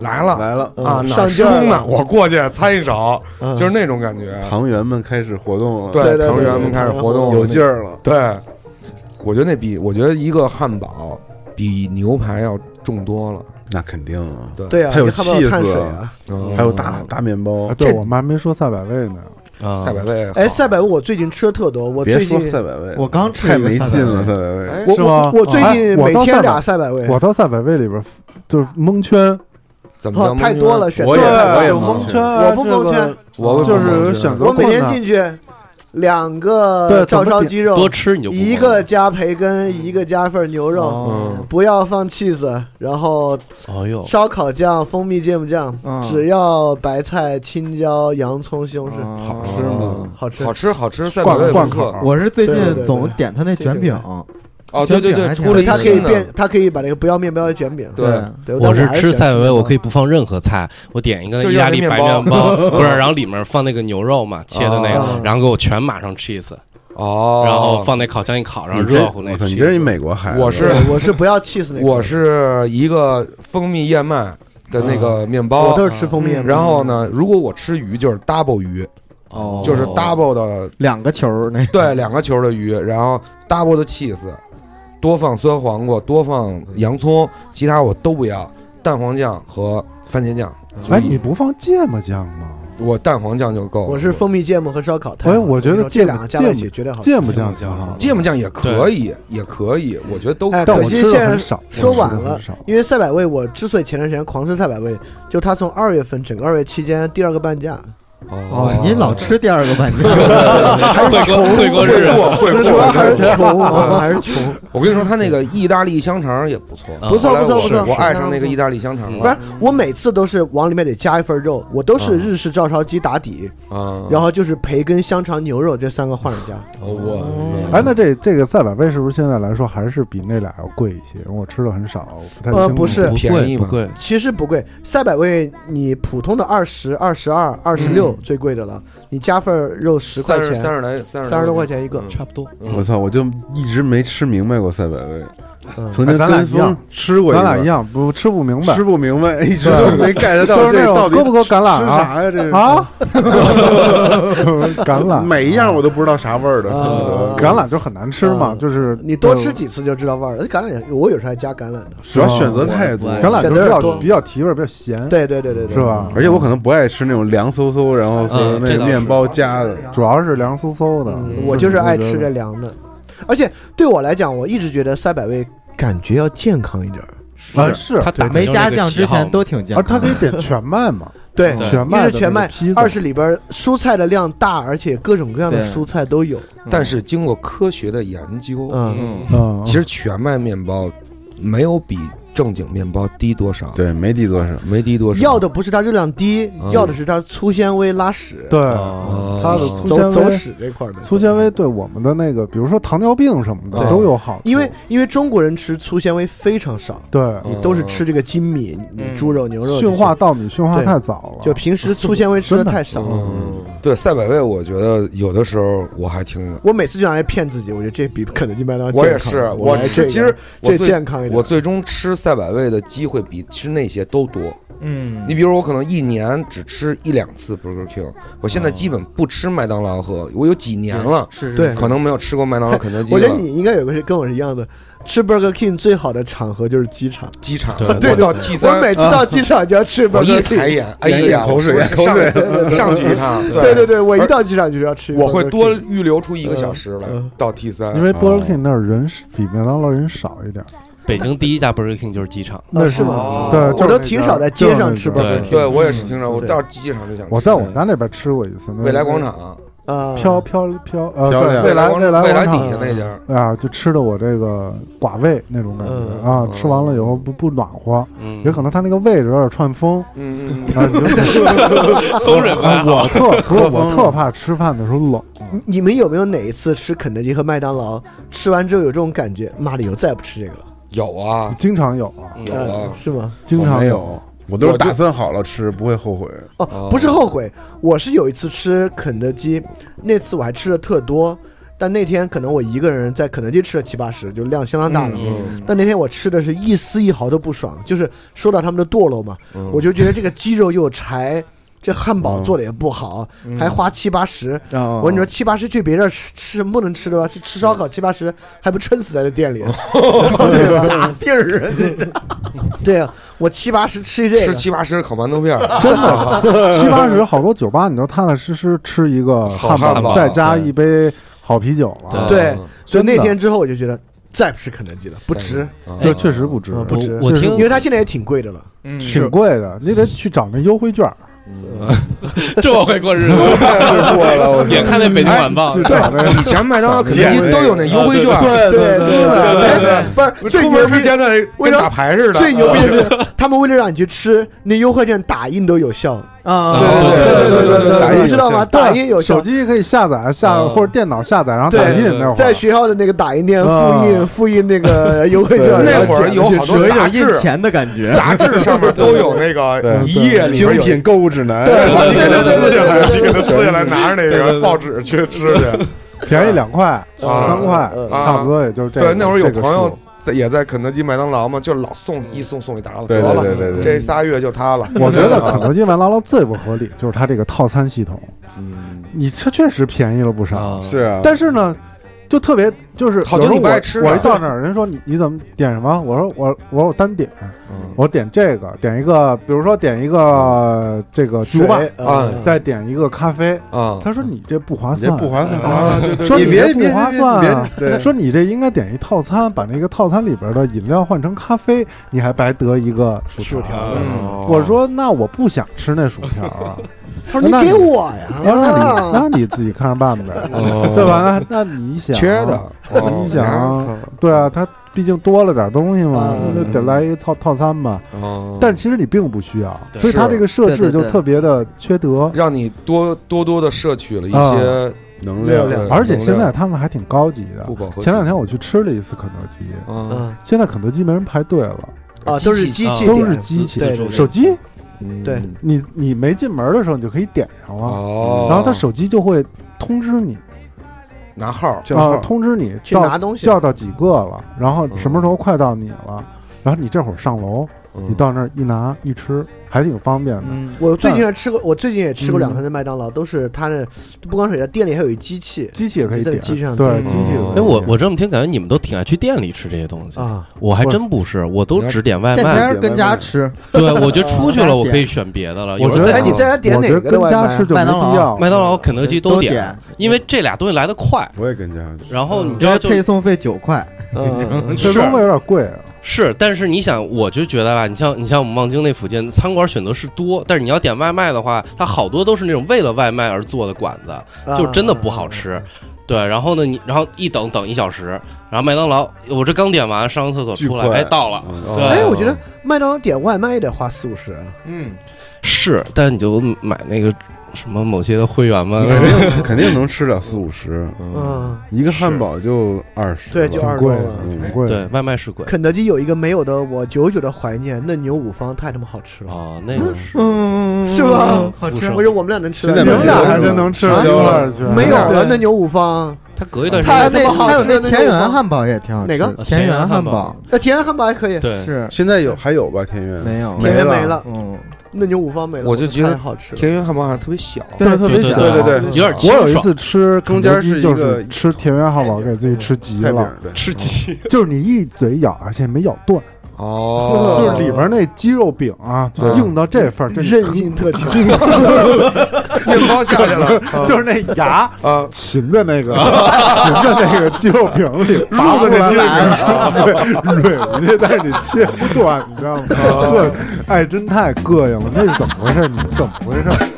来了来了，啊，嗯哪上儿劲儿生了呢？我过去掺一手，嗯就是那种感觉。糖员们开始活动了，对对对成对员们开始活动了，有劲儿了。对，我觉得那比我觉得一个汉堡比牛排要重多了。那肯定啊，对啊，还有你看不到 cheese 碳水啊。嗯还有大大面包啊，，对这我们还没说赛百味呢，啊赛百味好，哎，赛百味我最近吃的特多，我别最近说赛百味，我刚吃太一个没赛百劲味了，赛百味。是吗？我最哎近我每到赛天百俩赛百味，我到赛百味里边就是蒙圈，怎么哦叫啊太多了，？选我也对我也有蒙蒙圈圈啊，我不蒙圈这个我就我是选择我每困天难进去两对个怎照么烧点嗯鸡肉，多吃你就不一胖个了，加培根，一个加份牛肉，嗯哦，不要放 cheese，然后哎呦，烧烤酱、蜂蜜芥末酱，嗯只要白菜、青椒、洋葱、西红柿，嗯好吃吗？好吃哦好。吃好吃，赛百灌味灌不错口。我是最对对对近对总点他那这个卷饼，哦，对对对，卷饼出了对，一它可以新变的，，它可以把那个不要面包的卷饼。对对，我是还吃喜欢赛百味，面包我可以不放任何菜，我点一个就意大要那利面白包啊面 *laughs* 包，不是，然后里面放那个牛肉嘛，切的那哦个，然后给我全码上 cheese，哦，然后。放那烤箱一烤，然后你这热乎那我操， cheese。 *laughs* 你真是一美国孩子。我是对我是不要 cheese 那个，我是一个蜂蜜燕麦，的那个面嗯我哦包都。是吃蜂蜜。嗯然后？呢，如果我吃鱼就是 double 鱼，哦就是 double 的两个球儿那对，两个球的鱼，然后 double 的 cheese，多放酸黄瓜，多放洋葱，其他我都不要，蛋黄酱和番茄酱，哎，你不放芥末酱吗？我蛋黄酱就够了。我是蜂蜜芥末和烧烤太好了。哎我觉得跟你说芥这末两个加在一芥起绝对好吃。芥末酱挺好的，芥末酱也可以，也可以，我觉得都可以。哎但我可惜吃的现在很少，说我吃的晚了很 *laughs* 少因为赛百味，我之所以前段时间狂吃赛百味，就它从二月份整个二月期间第二个半价，哦，你老吃第二个半 *laughs* 斤，会 *laughs* 过会过日子，过会主要还是过。穷，啊还是穷。我跟你说，他那个意大利香肠也不错，啊不错后来不错我不错我爱上那个意大利香肠嗯了反正我每次都是往里面得加一份肉，我都是日式照烧鸡打底，啊。嗯然后就是培根、香肠、牛肉这三个换着加。后哦我嗯操哎，那这这个赛百味是不是现在来说还是比那俩要贵一些？我吃的很少，我不太清呃楚不是不便贵宜不嘛贵，其实不贵，赛百味你普通的二十二、十二、二十六最贵的了，你加份儿肉十块三十钱，三十来三三十多块钱一嗯个。差不多。嗯我操，我就一直没吃明白过赛百味，嗯曾哎经咱俩跟一风样吃过，咱俩一，样，不吃不明白吃不明白，一直都没 get 就到是这那种到底够不够橄榄啊吃啥呀？这是，啊。 *laughs* 橄榄，每一样我都不知道啥味儿的，恨不得啊橄榄就很难吃嘛，嗯就是你多吃几次就知道味儿了。橄榄也，我有时候还加橄榄的。主要选择太多我。橄榄就比选择有点较多比较提味儿，比较咸，，对对对对对，是？吧？而且我可能不爱吃那种凉飕飕，然后和嗯那这个倒是面包夹的。主要是凉飕飕的嗯，，我就是爱吃这凉的，而且对我来讲，我一直觉得赛百味感觉要健康一点儿。啊是，他打没定那加个酱旗之号前嘛都挺健而康。他可 *laughs* 以点嗯全麦嘛，对对全一麦是的全麦披，萨二是里边蔬菜的量大，而且各种各样的对蔬菜都有。嗯但是经过科学的研究，嗯，嗯，嗯，其实全麦面包没有比正经面包低多少，，对，没地多少。没低多少。要的不是它热量低嗯，要的是它粗纤维拉屎，嗯对哦它啊的粗走纤走维，屎这块儿的粗纤维对我们的那个，比如说糖尿病什么的对都有好处，因为因为中国人吃粗纤维非常少，对嗯你都是吃这个精米、嗯猪肉、牛肉这些，驯化稻米驯化对太早了，就平时粗纤维吃的太少真的了。嗯，对，赛百味，我觉得有的时候我还挺，我每次就拿来骗自己，我觉得这比肯德基、麦当劳我也健康是，我我来这吃，个其实我这最健康一点。我最终吃赛百味的机会比吃那些都多。嗯，你比如我可能一年只吃一两次 Burger King，我现在基本不吃麦当劳和，我有几年了，是是对可能没有吃过麦当劳、肯德基我觉得了。你应该有个是跟我是一样的，吃 Burger King 最好的场合就是机场。机场，对我对到 T 我三，啊每次到机场就要吃我一 Burger 抬 King。眼，哎呀，口水我说口水上 *laughs* 上去一趟，对对对，我一到机场就要吃 Burger King。我会多预留出一个小时来嗯到 T 三，因为哦 Burger King 那儿人是比麦当劳人少一点，北京第一家 Burger King 就是机场，那是吗吗？对，我就是那都挺家少在就是街上那吃家 Burger 对 King。对我也是经常，我对到机场就想吃。我在我们家那边吃过一次，那未来广场，啊，飘飘飘呃，漂亮对来来广未未来来底广下场那家，啊，就吃的我这个寡胃那种感嗯觉啊，吃完了以后不不暖和，嗯，也可能它那个位置有点串风嗯啊，你 *laughs* 就都忍啊我特不是我特怕吃饭的时候冷，你你们有没有哪一次吃肯德基和麦当劳，吃完之后有这种感觉？妈的，以后再也不吃这个了，有啊，经常有啊，嗯有啊嗯，，是吗？经我常没有，我都是打算好了吃，不会后悔。啊哦，不是后悔，我是有一次吃肯德基，那次我还吃的特多，但那天可能我一个人在肯德基吃了七八十，就量相当大了。嗯但那天我吃的是一丝一毫都不爽，就是说到他们的堕落嘛，嗯我就觉得这个鸡肉又有柴，这汉堡做的也不好，嗯还花七八十。哦我跟你说，七八十去别地儿吃吃什么不能吃的吧？去吃烧烤七八十还不撑死在这店嗯里？啥地儿啊？对啊，我七八十吃这个吃，七八十烤馒头片儿，啊真的 *laughs* 七八十，好多酒吧你都踏踏实实吃一个好汉汉堡堡，再加一杯好啤酒了，对嗯，所以那真的天之后我就觉得再不吃肯德基了，不值。，嗯这确实不值，嗯不值我确实听因为它现在也挺贵的了。嗯挺贵的，你得去找那优惠券儿，这么会过日子， *laughs* 太过了，我也看那北京晚报哎去，找那对，以前麦当劳、肯德基都有那优惠券，啊对对对对，不是最出牛门逼之，前的跟打牌似的，啊嗯最牛逼的是，他们为了让你去吃，那优惠券打印都有效， *laughs* 啊，对对对对对打印有效你知道吗？打印有手效。机可以下载下嗯或者电脑下载，然后对打印那会儿，在学校的那个打印店复印啊复印那个优惠券，对嗯然那后会儿剪有好多有一杂种印志，钱的感 *laughs* 觉。杂志上面都有那个对一页里精边有品购物指南，对，你给他对对撕下来，对你给他撕下来，拿着那个报纸去吃去。便宜两块、啊三块，嗯啊差不多也就是这个。对，那会儿有这个朋友数在也在肯德基、麦当劳嘛，就老送一送送一大对得了，对对对对这仨月就他了。 *laughs* 我觉得肯德基、麦当劳最不合理就是它这个套餐系统，嗯，你这确实便宜了不少，是啊，但是呢，就特别就是好多有时候你不爱我吃的我一到那儿，人说你你怎么点什么？我说我我说我单点，嗯我点这个，点一个，比如说点一个这个巨无霸，水啊嗯再点一个咖啡。嗯啊，他说你这不划你这算，不划算啊对对说你别这别不划别算啊别对说你这应该点一套餐，把那个套餐里边的饮料换成咖啡，你还白得一个薯条。啊嗯我说那我不想吃那薯条啊，他说你给我呀，我说哦啊哦那你那你自己看着办呗， *laughs* 对吧？那那你想缺的，哦你想啊对啊，它毕竟多了点东西嘛，嗯那就得来一个套套餐嘛。嗯哦但其实你并不需要，对所以它是这个设置对对就对特别的缺德。让你多多多的摄取了一些能量对啊而且能现在量他们还挺高级的不。饱和脂。前两天我去吃了一次肯德基，嗯，嗯现在肯德基没人排队了，啊，都是机器点，都是机器对对，对手机嗯对你你没进门的时候你就可以点上了，哦，啊然后他手机就会通知你拿号，啊、号通知你去到拿东西叫到几个了，然后什么时候快到你了，然后你这会儿上楼，嗯你到那儿一拿一吃，还挺方便的。嗯，我最近还吃过，我最近也吃过嗯两餐的麦当劳，都是它的不光是它店里还有一机器机器也可以在点，机器上对点机器也可以哎哎，点。嗯我我这么听，感觉你们都挺爱去店里吃这些东西。啊，我还真不是，我都只点外在卖。家跟家吃，对，我觉得出去了，嗯我可以选别的了。我觉有时候得在哎，你在家点我哪觉得个的跟外卖家啊吃？就没麦当劳必要。麦当劳、肯德基都点，，因为这俩东西来的快。我也跟家去。然后你知然道后就配送费九块，嗯嗯嗯这是中国有点贵啊，是，但是你想，我就觉得吧，你像你像我们望京那附近餐馆选择是多，但是你要点外卖的话，它好多都是那种为了外卖而做的馆子，啊就真的不好吃。对，然后呢，你然后一等等一小时，然后麦当劳，我这刚点完上个厕所巨出来，快哎，到了。嗯对哎，我觉得麦当劳点外卖也得花四五十，嗯，是，但你就买那个什么某些的会员嘛 *laughs* 嗯你，肯定肯定能吃了四五十，嗯，一个汉堡就二十，对，就挺二贵多的，了。挺嗯贵的。对，外卖是贵肯德基有一个没有的，我久久的怀念嫩牛五方，太他妈好吃了，哦，那个是嗯，是吧？好吃不我。说我们俩能吃现在了，没你有们俩还真能吃到一块儿去，没有了对嫩牛五方，它隔一段时还有太间，他妈那好还有吃那了那田个园饭汉堡也挺好吃，哪个田园汉堡堡那田园汉堡还可以，对，是现在有还有吧？田园没有田园没了没了，嗯，嫩牛五方没了，我就觉得太好吃了。田园汉堡好像特别小，对，特别对小。对对有点我清有一爽次吃中间肯德基是一就个是吃田园汉堡，给自己吃急太饼了，对，吃鸡，就是你一嘴咬，而且没咬断， *laughs* 哦，就是里边那鸡肉饼啊，对硬到这份儿，这韧性特强，面包下去了，啊 *laughs* 就是那牙啊，擒在那个擒在那个鸡肉饼里，入在那鸡肉饼里，对，蕊进去，但是你切不断，你知道吗？这哎，真太膈应了，这是怎么回事？你怎么回事？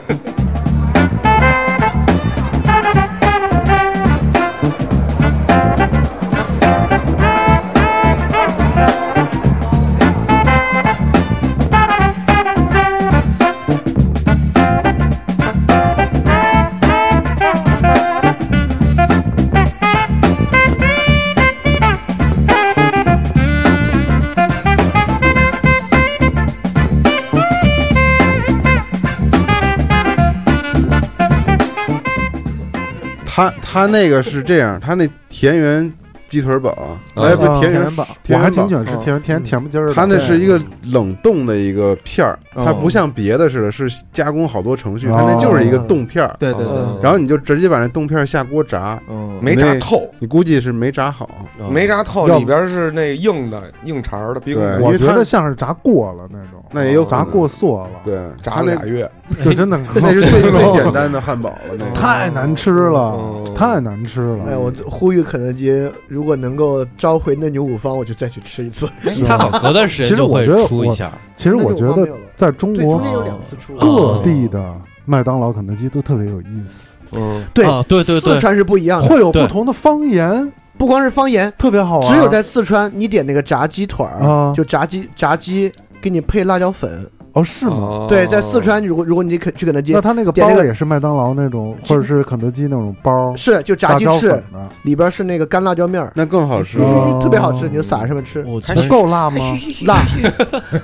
他他那个是这样，他那田园鸡腿堡啊，嗯哎，不是嗯田园田园堡我田还园挺喜堡。欢吃甜嗯甜甜不筋儿的，它那对是一个冷冻的一个片儿，嗯它不像别的似的，是加工好多程序，哦它那就是一个冻片儿，对对哦对，嗯然后你就直接把那冻片儿下锅炸，嗯，没炸透，你估计是没炸好，没炸透，嗯要里边是那硬的硬茬儿的冰对的，我因为觉它得像是炸过了那种，那也有可炸能过塑了，对，炸了那俩月，就真的那是 *laughs* 最最简单的汉堡了，那个 *laughs* 太难吃了嗯，太难吃了。哎，我呼吁肯德基，如果能够召回嫩牛五方，我就再去吃一次。它嗯 *laughs* 好隔段时其间实就我会觉得出一我下。其实我嫩觉牛五方没得有了在中对，国中间有两次出各地的麦当劳、肯德基都特别有意思，嗯，对啊对对四对，川是不一样的，哦会有对不同的方言，不光是方言，特别好玩。只有在四川，你点那个炸鸡腿儿，啊就炸鸡炸鸡，给你配辣椒粉，哦，是吗？哦对，在四川，如果如果你肯去肯德基那，他那个点包那个也是麦当劳那种，或者是肯德基那种包，是就炸辣鸡椒翅粉，的，里边是那个干辣椒面儿，那更好吃。哦特别好吃，你就撒在上面吃，我还够辣哎吗？辣。 *laughs*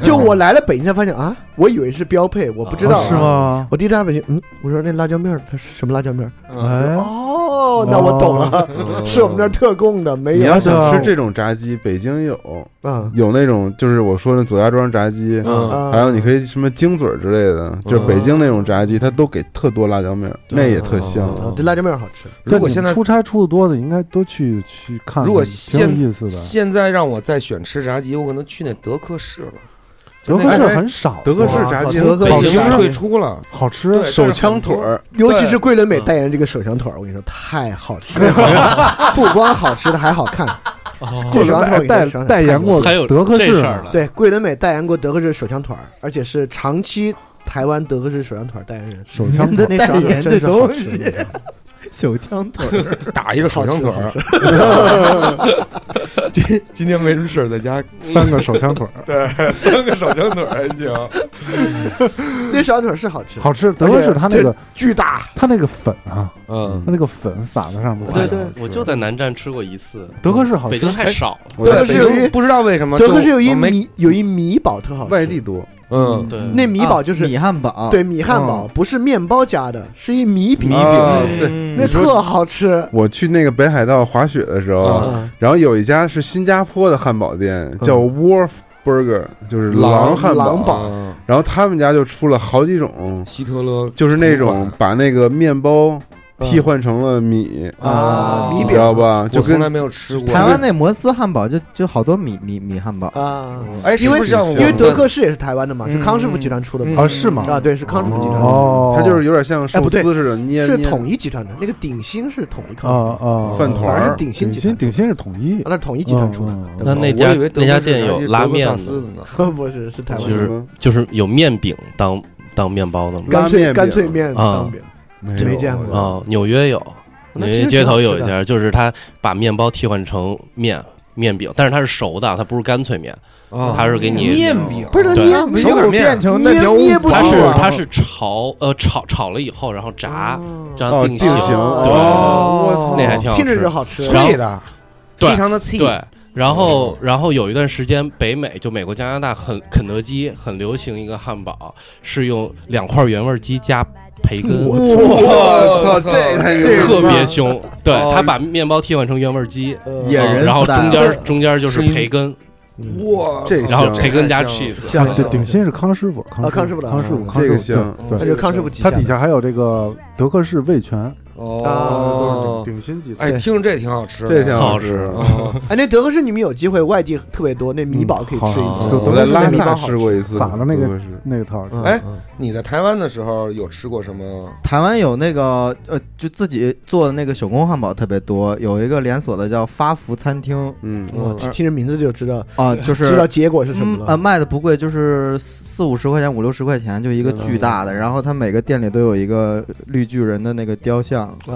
就我来了北京才发现啊，我以为是标配，我不知道啊是吗？我第一次来北京，嗯，我说那辣椒面儿它是什么辣椒面儿？嗯 *laughs* 嗯哎，哦，那我懂了， *laughs* 是我们这儿特供的，没你有要啊想吃这种炸鸡，北京有啊有那种就是我说的左家庄炸鸡，啊还有你可以什么京嘴儿之类的，就是北京那种炸鸡，它都给特多辣椒面儿，那也特香。啊对辣椒面儿好吃，如但果你现们在出差出的多的，应该都去去看看，如果挺有现意思的。现在让我再选吃炸鸡，我可能去那德克士了。德克哎士哎很少，德克士炸鸡，德克北士京炸鸡退出了，好吃，对手枪腿，但是很多儿，尤其是桂纶镁代言这个手枪腿儿，我跟你说太好吃 *laughs* 了，不光好吃的还好看。桂哦这手纶枪腿儿镁给代它想想代言过还有德克这士事儿，了， *laughs* 对，桂纶镁代言过德克士手枪腿儿，而且是长期台湾德克士手枪腿儿代言人。手枪那那手代枪腿言儿真这是好东吃西，手枪腿儿，啊打一个手枪腿儿。今今天没什么事儿，在家三个手枪腿儿，三个手枪腿儿还行。那手枪腿儿是好吃的，好吃。德克士它那个巨大，它那个粉啊，嗯它，那个粉撒在上面，对对，我就在南站吃过一次，德克士好北吃京。太少了。我在对，是北北有一京不知道为什么德克士就有一我没米有一米堡特好吃，外地多，嗯，对，那米堡就是啊米汉堡，对米汉堡，不是面包夹的，是一米饼，啊对，嗯，那你说特好吃。 *laughs* 我去那个北海道滑雪的时候啊，嗯然后有一家是新加坡的汉堡店，叫 Wolf Burger，就是狼汉狼堡。堡嗯然后他们家就出了好几种，希特勒就是那同种款把那个面包替换成了米，啊米你饼知道吧？我就从跟来没有吃过。台湾那摩斯汉堡就就好多米米米汉堡，啊，哎，是因为不是像因因我为们德克士也是台湾的嘛，嗯是康师傅集团出的嗯嘛啊，是吗？啊，对，是康师傅集团的，哦，它就是有点像哎寿不对司似的捏是捏统一集团的。那个鼎新是统一啊康师傅，啊，饭团反而儿是，鼎顶新集团新出的，顶新是统一啊，那统一集团出的。嗯那那我家以为德那家克士店炸有鸡拉德克萨面的斯的呢。 *laughs* 不是，是台湾就的是就是有面饼当当面包的嘛。干拉脆面干脆饼面啊当饼，没没有见过啊，纽约有，那纽其约实街挺好头吃有一的家，就是他把面包替换成面面饼，但是它是熟的，它不是干脆面，啊，它是给你面饼，不是它对捏没手有擀面变成那捏牛捏不它住是啊它是炒呃炒炒了以后，然后炸嗯炸哦，定定型，型对哦，我那还挺好听着吃就。好吃。脆的，对非常的脆。对，然后然后有一段时间，北美就美国加拿大很肯德基很流行一个汉堡，是用两块原味鸡加培根。 *laughs* 我操，我操这太牛这了特别凶，对哦他把面包替换成原味鸡，野嗯人然后中 style 间中间就是是一培根，哇，这然后香培根加太香 cheese，啊像对，顶新是康师傅，啊康康师傅的康师傅，嗯康这师个傅香，对那对，就康师傅旗它下底下还有这个德克士味全，哦都是顶新集团。哎，听着这挺好吃的，这挺好吃的。哦哎，那德克士你们有机会外地特别多，那米堡可以吃一嗯次好。就我在拉德克士那个萨包好吃过一次，撒了那德克个士那个特嗯好吃。哎，你在台湾的时候有吃过什么？台湾有那个呃，就自己做的那个手工汉堡特别多，有一个连锁的叫发福餐厅嗯，我听着名字就知道啊，就是知道结果是什么嗯了呃，。卖的不贵，就是四四五十块钱、五六十块钱，就一个巨大的，然后它每个店里都有一个绿巨人的那个雕像嗯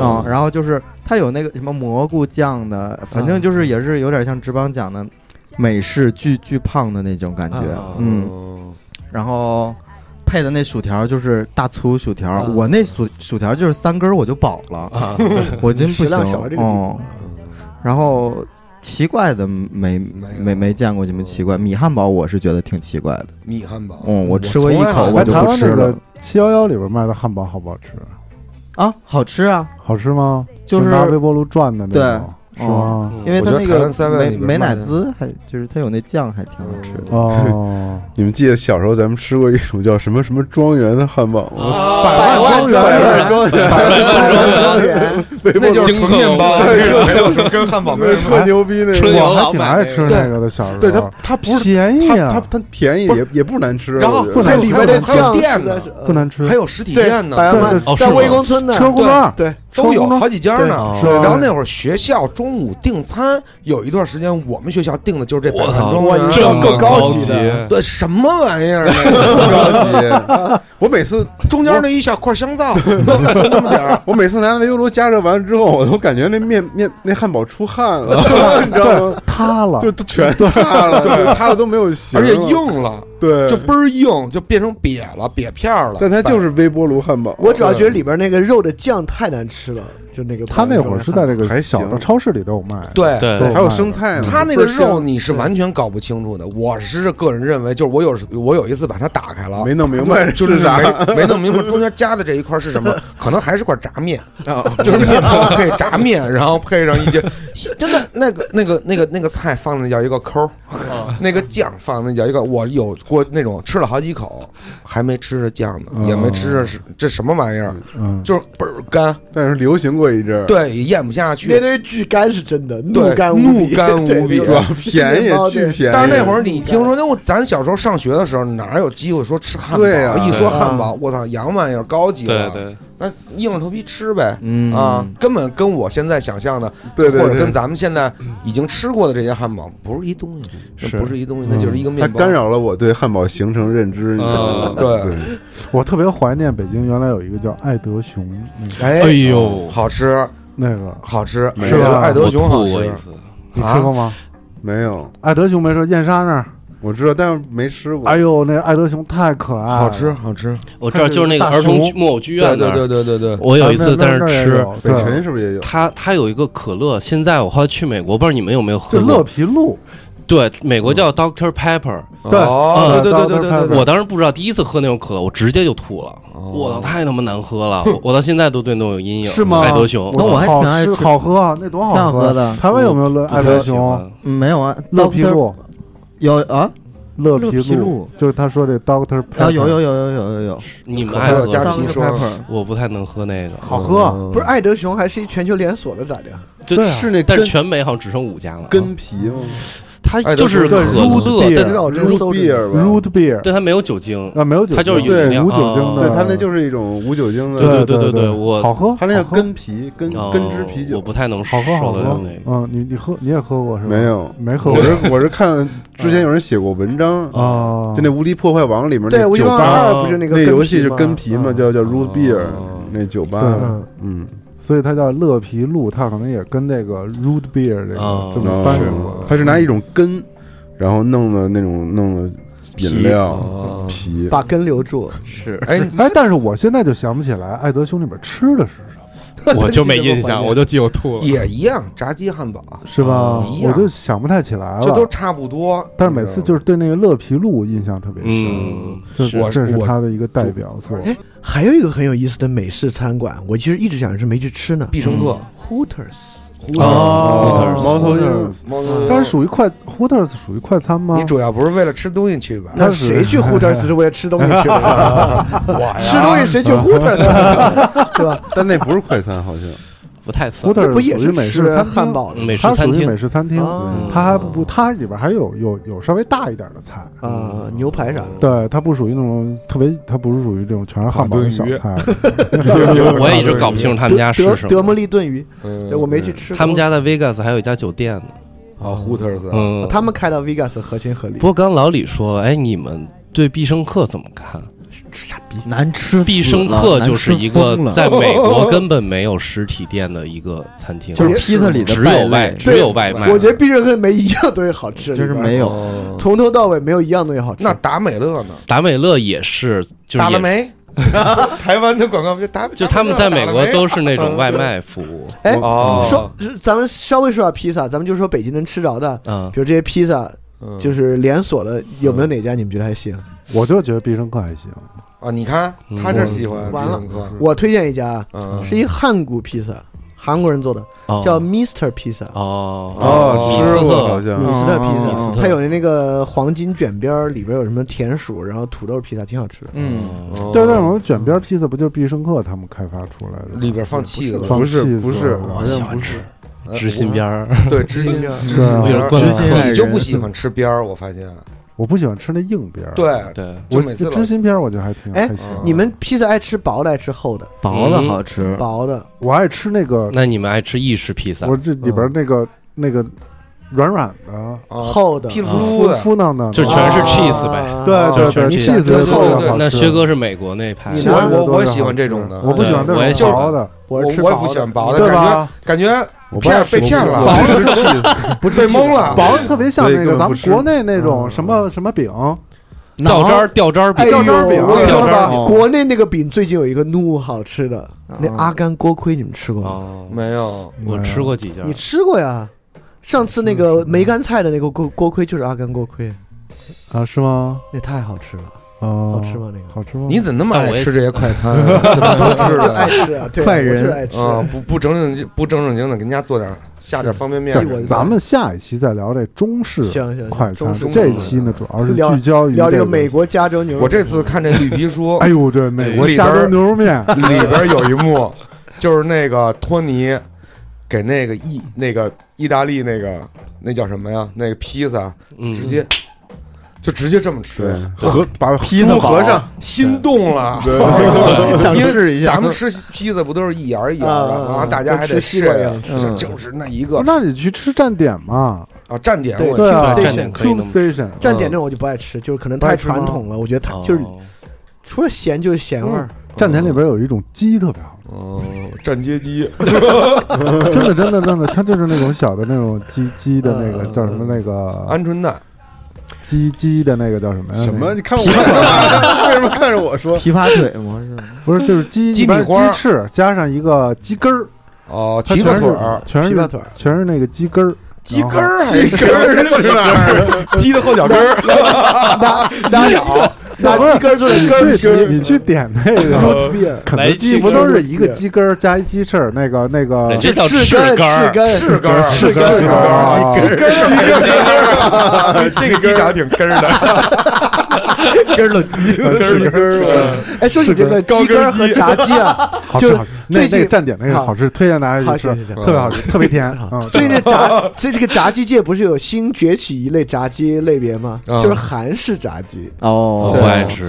啊啊、然后就是它有那个什么蘑菇酱的，反正就是也是有点像职棒讲的美式巨巨胖的那种感觉，啊嗯，然后。配的那薯条就是大粗薯条，嗯啊我那薯薯条就是三根儿我就饱 *laughs* 了，啊，我真不食行量小到这个地步哦。然后奇怪的没没有嗯没没见过什么奇怪，米汉堡我是觉得挺奇怪的。米汉堡，嗯，我吃过一从来口没我哎就台不湾吃那了个七幺幺里边卖的汉堡好不好吃？啊，好吃啊，好吃吗？就是拿微波炉转的那种，对是吗？因为它嗯我觉得那台个湾 seven 美里边卖美乃的滋还就是它有那酱还挺好吃的。 *laughs* 哦，你们记得小时候咱们吃过一种叫什么什么庄园的汉嗯堡吗？啊百万庄哦啊百万园，庄园，庄园，那就是京纯口面包，对没有什么跟汉堡没 *laughs* 有什么特牛逼那春个。游我还老挺板爱那吃个那个的，小时候对它，它不是便宜它它啊，它便宜不是也也不难吃，啊然后我觉得不还难有里还边有的还有酱店实在呢是，嗯不难吃，还有实体对店呢，百对万对哦在是吗魏公村呢，车轱辘对，都有成功了好几家呢。是吧然后那会儿学校中午订餐，有一段时间我们学校订的就是这百我万啊操庄哇园，你这么更高级级的 *laughs* 对什么玩意儿？那个高级。我每次啊中间那一小块香 *laughs* 皂，就那么点儿，我每次拿微波炉加热完了之后，我都感觉那面 *laughs* 面那汉堡出汗了， *laughs* 你知道吗？塌了就，都全塌了，对塌的都没有形，而且，硬了，对，就倍儿硬，就变成瘪了，瘪片儿了。但它就是微波炉汉堡。哦我主要觉得里边那个肉的酱太难吃了，就那个。他那会儿是在这个还行小的超市里都有卖，对对对还有生菜呢，它那倍个儿香肉你是完全搞不清楚的。我是个人认为，就是我有时我有一次把它打开了，没弄明白啊就是是啥，没没弄明白中间夹的这一块是什么，可能还是块炸 *laughs* 面啊，哦就是面包配炸面，然后配上一些真的那个那个那个那个菜放的叫一个抠儿，那个酱放的叫一个，我有过那种吃了好几口还没吃着酱呢，也没吃哦着是这什么玩意儿，嗯，就是倍儿干，但是流行过一阵儿，对，也咽不下去那。堆巨干是真的，怒对干怒无比， *laughs* 干无对比那主要个便宜面包，巨对便宜。但是那会儿你听说，那我咱小时候上学的时候哪有机会说吃汉堡？啊对啊呀一说汉堡，我操，洋玩意儿高级对了，对，那硬着头皮吃呗。嗯啊，根本跟我现在想象的，对对或者对跟咱们现在已经吃过的这些汉堡不是一东西，那是不是一东西，那就是一个嗯它面包。啊干扰了我对汉堡形成认知，你知道吗？嗯对，我特别怀念北京原来有一个叫爱德熊，那个哎哎呦好吃，那个好吃，没是有吧？爱德我熊吐好过一吃，次，你啊吃过吗？没有，爱德熊没说，燕莎那儿，我知道，但是没吃过哎。呦，那爱德熊太可爱了，好吃，好吃。我知道，就是那个大儿童熊木偶剧对院那对儿对对对对，我有一次啊那在那那那儿儿也吃，有北对辰是不是也有？它它有一个可乐，现在我后来去美国，不知道你们有没有喝就乐嗯过？皮露，对，美国叫 Doctor Pepper，对哦，嗯对对对对对对对，我当时不知道，第一次喝那种可乐，我直接就吐了，我操，哦太他妈难喝了，我我到现在都对那种有阴影。哦 *laughs* 是吗？爱德熊，那我还好挺爱吃吃好喝啊，那多挺好好喝的台湾有没有乐爱德熊？嗯没有啊，乐皮 Dr. 露，有啊乐皮乐皮露，就是他说这 Doctor 啊有有有有有有有，你们还爱有喝加吗？皮 Dr. 说 Pepper 我不太能喝那个，好喝，嗯不是爱德熊还是一全球连锁的咋的？就对啊是那但是根全美好像只剩五家了。根皮吗它爱德就是可对乐， Root 但哦真知道我真搜着？Root 呢 beer 吧 Root Beer 对它没有酒精，啊，没有酒精，它就是有饮对料无酒精哦的，对，它那就是一种无酒精对的，对对对对对我好喝，它那叫好喝根啤根哦根汁啤我酒不。太能好受喝好得了喝那 *laughs* 个，。嗯，你你喝你也喝过是吧？没，有，没喝我过是我是看之前有人写过文章，啊，就那《无敌破坏王》里面对，那我一酒般吧，二不是那个那根游皮戏是吗根皮嘛，嗯叫叫 Root Beer 哦那酒吧，对嗯，所以它叫乐皮露，它可能也跟那个 root beer 这哦个这么翻译过它是拿一种根，然后弄的那种弄的饮料哦皮，把根留住，是哎，你来。哎，但是我现在就想不起来爱德兄里边吃的是什么，我就没印象，我就记我吐了。也一样，炸鸡汉堡，哦是吧一？样啊我就想不太起来这都了。差不多。但是每次就是对那个乐皮露印象特别深，嗯，这我这是我它的一个代表作。哎还有一个很有意思的美式餐馆，我其实一直想是没去吃呢。必胜嗯客，Hooters，哦猫头鹰，猫头鹰但是属于快 Hooters 属于快餐吗？嗯你主要不是为了吃东西去吧？它那是谁去 Hooters 是为了吃东西去的？我呀 *laughs* 吃东西谁去 Hooters？对吧？但那不是快餐，好像不太算。 Hooters 不也属于是美吃式餐汉厅，堡的美食它餐属于厅美式餐厅，哦它还不它里边还有有有稍微大一点的菜。啊，牛排啥的。对，它不属于那种特别，它不是属于这种全是汉堡卡顿的小鱼菜， *laughs* 我也一直搞不清嗯楚他们家是德什德么。莫利炖鱼，对我没哦去吃过。他们家在 Vegas 还有一家酒店呢。啊，Hooters，啊嗯，他们开到 Vegas 合情合理。不过刚老李说了，哎，你们对必胜客怎么看？难吃死了，必胜客就是一难吃疯个了在美国根本没有实体店的一个餐厅，就是披萨里的只败有外类只有外卖。我觉得必胜客没一样东西好吃，就是里边没有哦从头到尾没有一样东西好吃。那达美乐呢？达美乐也是，就是打了也 *laughs* 没？台湾的广告不就达，就他们在美国都是那种外打了没卖服务。哎，哦说是咱们稍微说下披萨，咱们就说北京能吃着的，嗯比，如这些披萨嗯就是连锁的，有没有哪家你们觉得还行？我就觉得必胜客还行。啊，你看嗯他这喜欢嗯完必了胜客，我推荐一家，啊嗯是一汉古披萨，韩国人做的，哦叫 Mister 披萨。哦哦，米吃斯过好特像米斯特披哦哦哦萨，它有那个黄金卷边儿，里边有什么甜薯，然后土豆披萨，挺好吃的。嗯，哦对，但是我们卷边披萨不就是必胜客他们开发出来的？里边放气子，放不是 cheese 不是的哦好像不是， *laughs* 知心边儿，对知心 *laughs* 对啊知心边儿，对知心爱你就人不喜欢吃边儿，我发现，我不喜欢吃那硬边儿。，对，啊对，就我每这次老知心边儿我觉得还挺哎还行。你们披萨爱吃薄的，爱吃厚的？薄的好吃，薄的，我爱吃那个，那你们爱吃意式披萨？我这里边那个那个软软的，哦厚的噼里啊啪噜敷的，敷囊囊的，就全是啊 cheese 呗对就对全对，是气 cheese 死人特对对别对好那吃薛哥是美国那派你的，切的呢我都我是喜好欢这吃种的我不喜欢对那我也种喜欢薄的，我我吃我也薄不的喜欢薄的，对感觉吧？感觉我不爱骗被骗了， *laughs* 我不吃 cheese，不是被蒙了。薄的特别像所以那根个本咱不们吃国内那种什么什么饼，掉渣儿掉渣儿哎吊呦，饼，渣儿饼我跟你说吊渣吧儿，饼国内那个饼最近有一个怒好吃的，那阿甘锅盔你们吃过吗？哦，没有，我吃过几家你，吃过呀？上次那个梅干菜的那个锅锅盔就是阿甘锅盔，啊，是吗？那太好吃了，哦，好吃？吗？那个好吃吗？你怎么那么爱但我也吃这些快餐啊？怎么都吃 *laughs* 就爱的吃啊，对啊，快我就是人爱吃啊，不不整整经不正正经的，给人家做点下点方便面是。我咱们下一期再聊这中式行行快中餐式。这期呢，主要是聊聚焦于聊这这个美。国加州牛肉，我这次看这绿皮书哎，呦，对，美国里边加儿州牛肉面，里边有一幕，就是那个托尼给那个意那个意大利那个那叫什么呀？那个披萨嗯，直接就直接这么吃，对，和把披猪萨和尚心动了。 *laughs* 想因为试一下咱们吃披萨不都是一眼儿一眼儿的，啊然后大家还得跟吃西瓜一试样，就就是那一个那你去吃站点嘛？啊，站点对我对站啊 Tube 点 Station 可以 Tube 弄。 Station，蘸点这种我就不爱吃，就是可能不爱太吃吗传统了，我觉得它哦就是除了咸就是咸味儿。嗯站点里边有一种鸡特别好嗯，站街鸡，吃， *laughs* 真的真 *laughs* 的真的，它就是那种小的那种鸡鸡的那个嗯叫什么那个鹌鹑蛋，鸡鸡的那个叫什么呀？什那么？个你看我干嘛？ *laughs* 为什么看着我说？琵琶腿模式，不是，就是鸡鸡一般米花鸡翅加上一个鸡根儿，哦，它蹄全子是腿儿，全琵琶是腿儿全是那个鸡根儿，鸡然后根儿还是，鸡根儿是哪儿？鸡的后脚跟儿，拿拿脚拿不是鸡根儿做的根儿皮对，你儿你去点那个，root beer，肯德基不都是一个鸡根儿哎加一鸡翅儿，那个那个这叫是翅根杆是儿，根翅根儿，翅根儿翅根儿，啊鸡根儿还是鸡根儿，啊这个鸡长挺根儿的，根儿都鸡，根儿哎，说起这个高鸡跟根儿儿和鸡炸鸡啊，好就吃是好吃，那最近那个站点那个好好吃，推荐大家好去吃嗯是是是，特别好吃，特别 *laughs* 甜啊！嗯最近这炸，这这个炸鸡界不是有新崛起一类炸鸡类别吗？嗯就是韩式炸鸡。我哦不爱吃，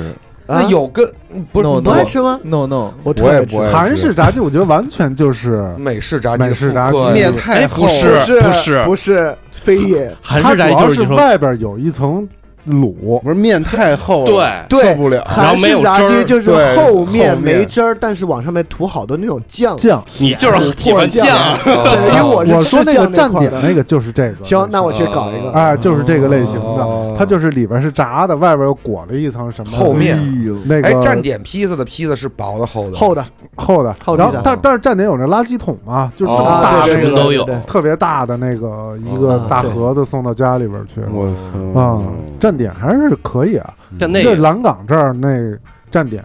啊那有根不是那我不不爱是吃吗？ ，no no，我特我也别不爱吃。吃韩式炸鸡，我觉得完全就是嗯美式炸鸡，美式炸鸡面面太厚哎不了，是不不是不是非也，韩它式主炸鸡要就是是你说外边有一层卤，嗯不是面太厚了，对，对受不了。然韩后没式有炸汁鸡儿就是对后后面面没汁儿，但是往上面涂好多那种酱。酱。啊你就是啊喜欢酱， *laughs* 对，因为哦我我是说那吃个酱站块点儿那的。个就是这个。行，那我去搞一个。啊，就是这个类型的哦，它就是里边是炸的，外边又裹了一层什么厚面那个哎，站点披萨的披萨是薄的厚的，厚的厚的，厚披然萨后但但是站点有那垃圾桶嘛，就是这么哦大啊，那对什对么个都有对对对特别大的那个一个啊大对嗯盒子送到家里边去。我操啊，站点还是可以啊，但那这个蓝港这儿那站点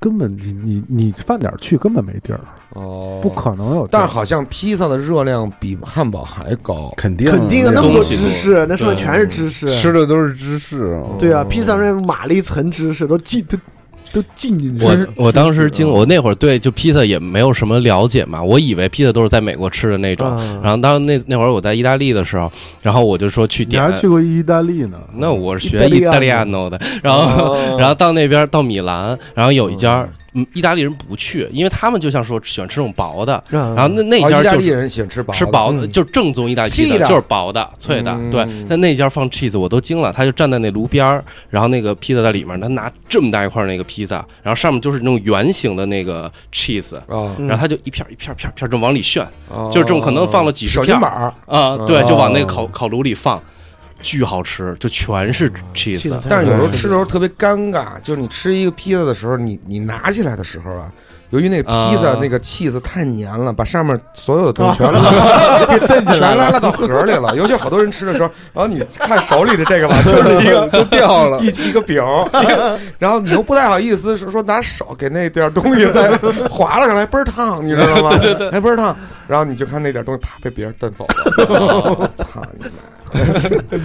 根本你你你饭点儿去根本没地儿，哦，不。可能有地儿。但好像披萨的热量比汉堡还高，肯定肯定的，啊那么东多西芝多士，那上面对全是芝士。吃的都是芝士啊。对啊，披萨上面码了一层芝士，都浸都都浸进去我。我当时经我那会儿对就披萨也没有什么了解嘛，我以为披萨都是在美国吃的那种。啊然后当那那会儿我在意大利的时候，然后我就说去你点还，去过意大利呢？那我是学意大利啊嗯 a n 的，然后 *laughs* 然后到那边到米兰，然后有一家。嗯，意大利人不去，因为他们就像说喜欢吃那种薄的，然然后那那哦家意大就利是人喜欢吃薄的吃薄的，嗯就正宗意大利披脆萨的就是薄的、脆的。嗯对，但那家放 cheese 我都惊了，他就站在那炉边儿，然后那个披萨在里面，他拿这么大一块那个披萨，然后上面就是那种圆形的那个 cheese，啊，然后他就一片儿一片儿一片儿一片儿就往里炫哦就是这种可能放了几十手片巾儿板儿，啊，哦对，就往那个烤烤炉里放，巨好吃，就全嗯是 cheese。 cheese 但是有时候吃的时候特别尴尬，就是你吃一个披萨的时候，你你拿起来的时候啊，由于那个披萨啊那个 cheese 太粘了，把上面所有的东西全啊 *laughs* 拉全拉到盒里了。尤其好多人吃的 *laughs* 时候，然后你看手里的这个吧，就是一个都掉了一，一个 *laughs* 饼，然后你又不太好意思说说拿手给那点东西再划拉上来，倍儿烫，你知道吗？还倍儿烫。然后你就看那点东西啪被别人蹬走 *laughs* 了，操你妈！ *laughs*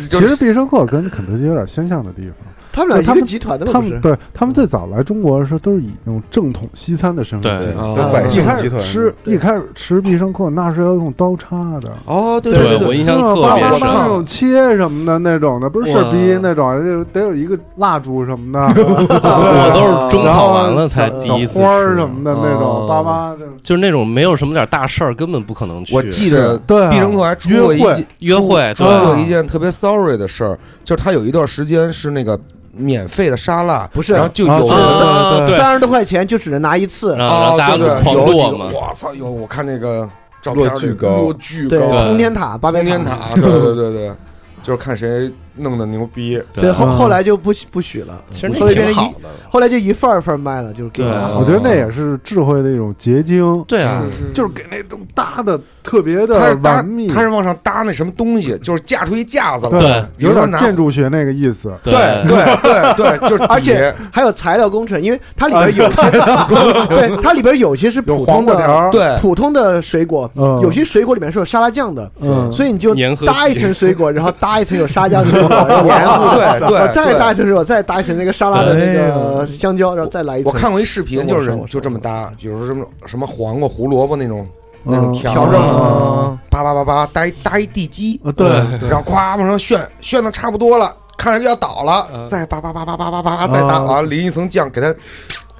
其实必胜客跟肯德基有点相像的地方，他们俩他一们个集团的他嘛，不们是？对他们最早来中国的时候，都是以那种正统西餐的身份对进来。都百一姓开集始团吃，一开始吃必胜客，那是要用刀叉的。哦，对对对我印象特爸别爸深妈。那种切什么的那种的，不是事儿逼那种，就得有一个蜡烛什么的， *laughs* 我我都是蒸烤完了才第一次小花儿吃，什么的那种，嗯哦爸妈这种就是那种没有什么点大事儿，根本不可能去。我记得对啊必胜客还出过一约会件约会出对过一件特别 sorry 的事儿，就是他有一段时间是那个免费的沙拉，不是然后就有啊人啊对对三十多块钱就只能拿一次，啊然哦后大对对家狂有剁几个嘛，我操，有我看那个照片落儿巨里高落巨对，高，通天塔、八百通天 *laughs* 塔，对对对对，就是看谁弄的牛逼。对，后嗯后来就不许不许了，其实后那来变挺成好一，的。后来就一份儿一份儿卖了，就是给对哦他。我觉得那也是智慧的一种结晶，对啊，嗯就是给那种搭的特别他的是搭完密，，他是往上搭那什么东西，就是架出一架子来。对对，比如有说点拿建筑学那个意思。对对对对，就是而底且还有材料工程，因为它啊里边有些， *laughs* 对它里边有些是有普黄通瓜条的儿，对普通的水果，嗯有些水果里面是有沙拉酱的，嗯所以你就粘合剂搭一层水果，然后搭一层有沙酱水 *laughs* 果，然后黏糊对对然后哦再对搭一层水果，再搭一层那个沙拉的那个香蕉，然后再来一层。我看过一视频，就是我人我就这么搭，比如说什么什么黄瓜、胡萝卜那种那种嗯条哦调整啊儿，叭叭叭叭搭一搭一地基，啊，对，然后呱往上旋，旋的差不多了。看着就要倒了，嗯再叭叭叭叭叭叭叭，再搭嗯啊，淋一层酱，给它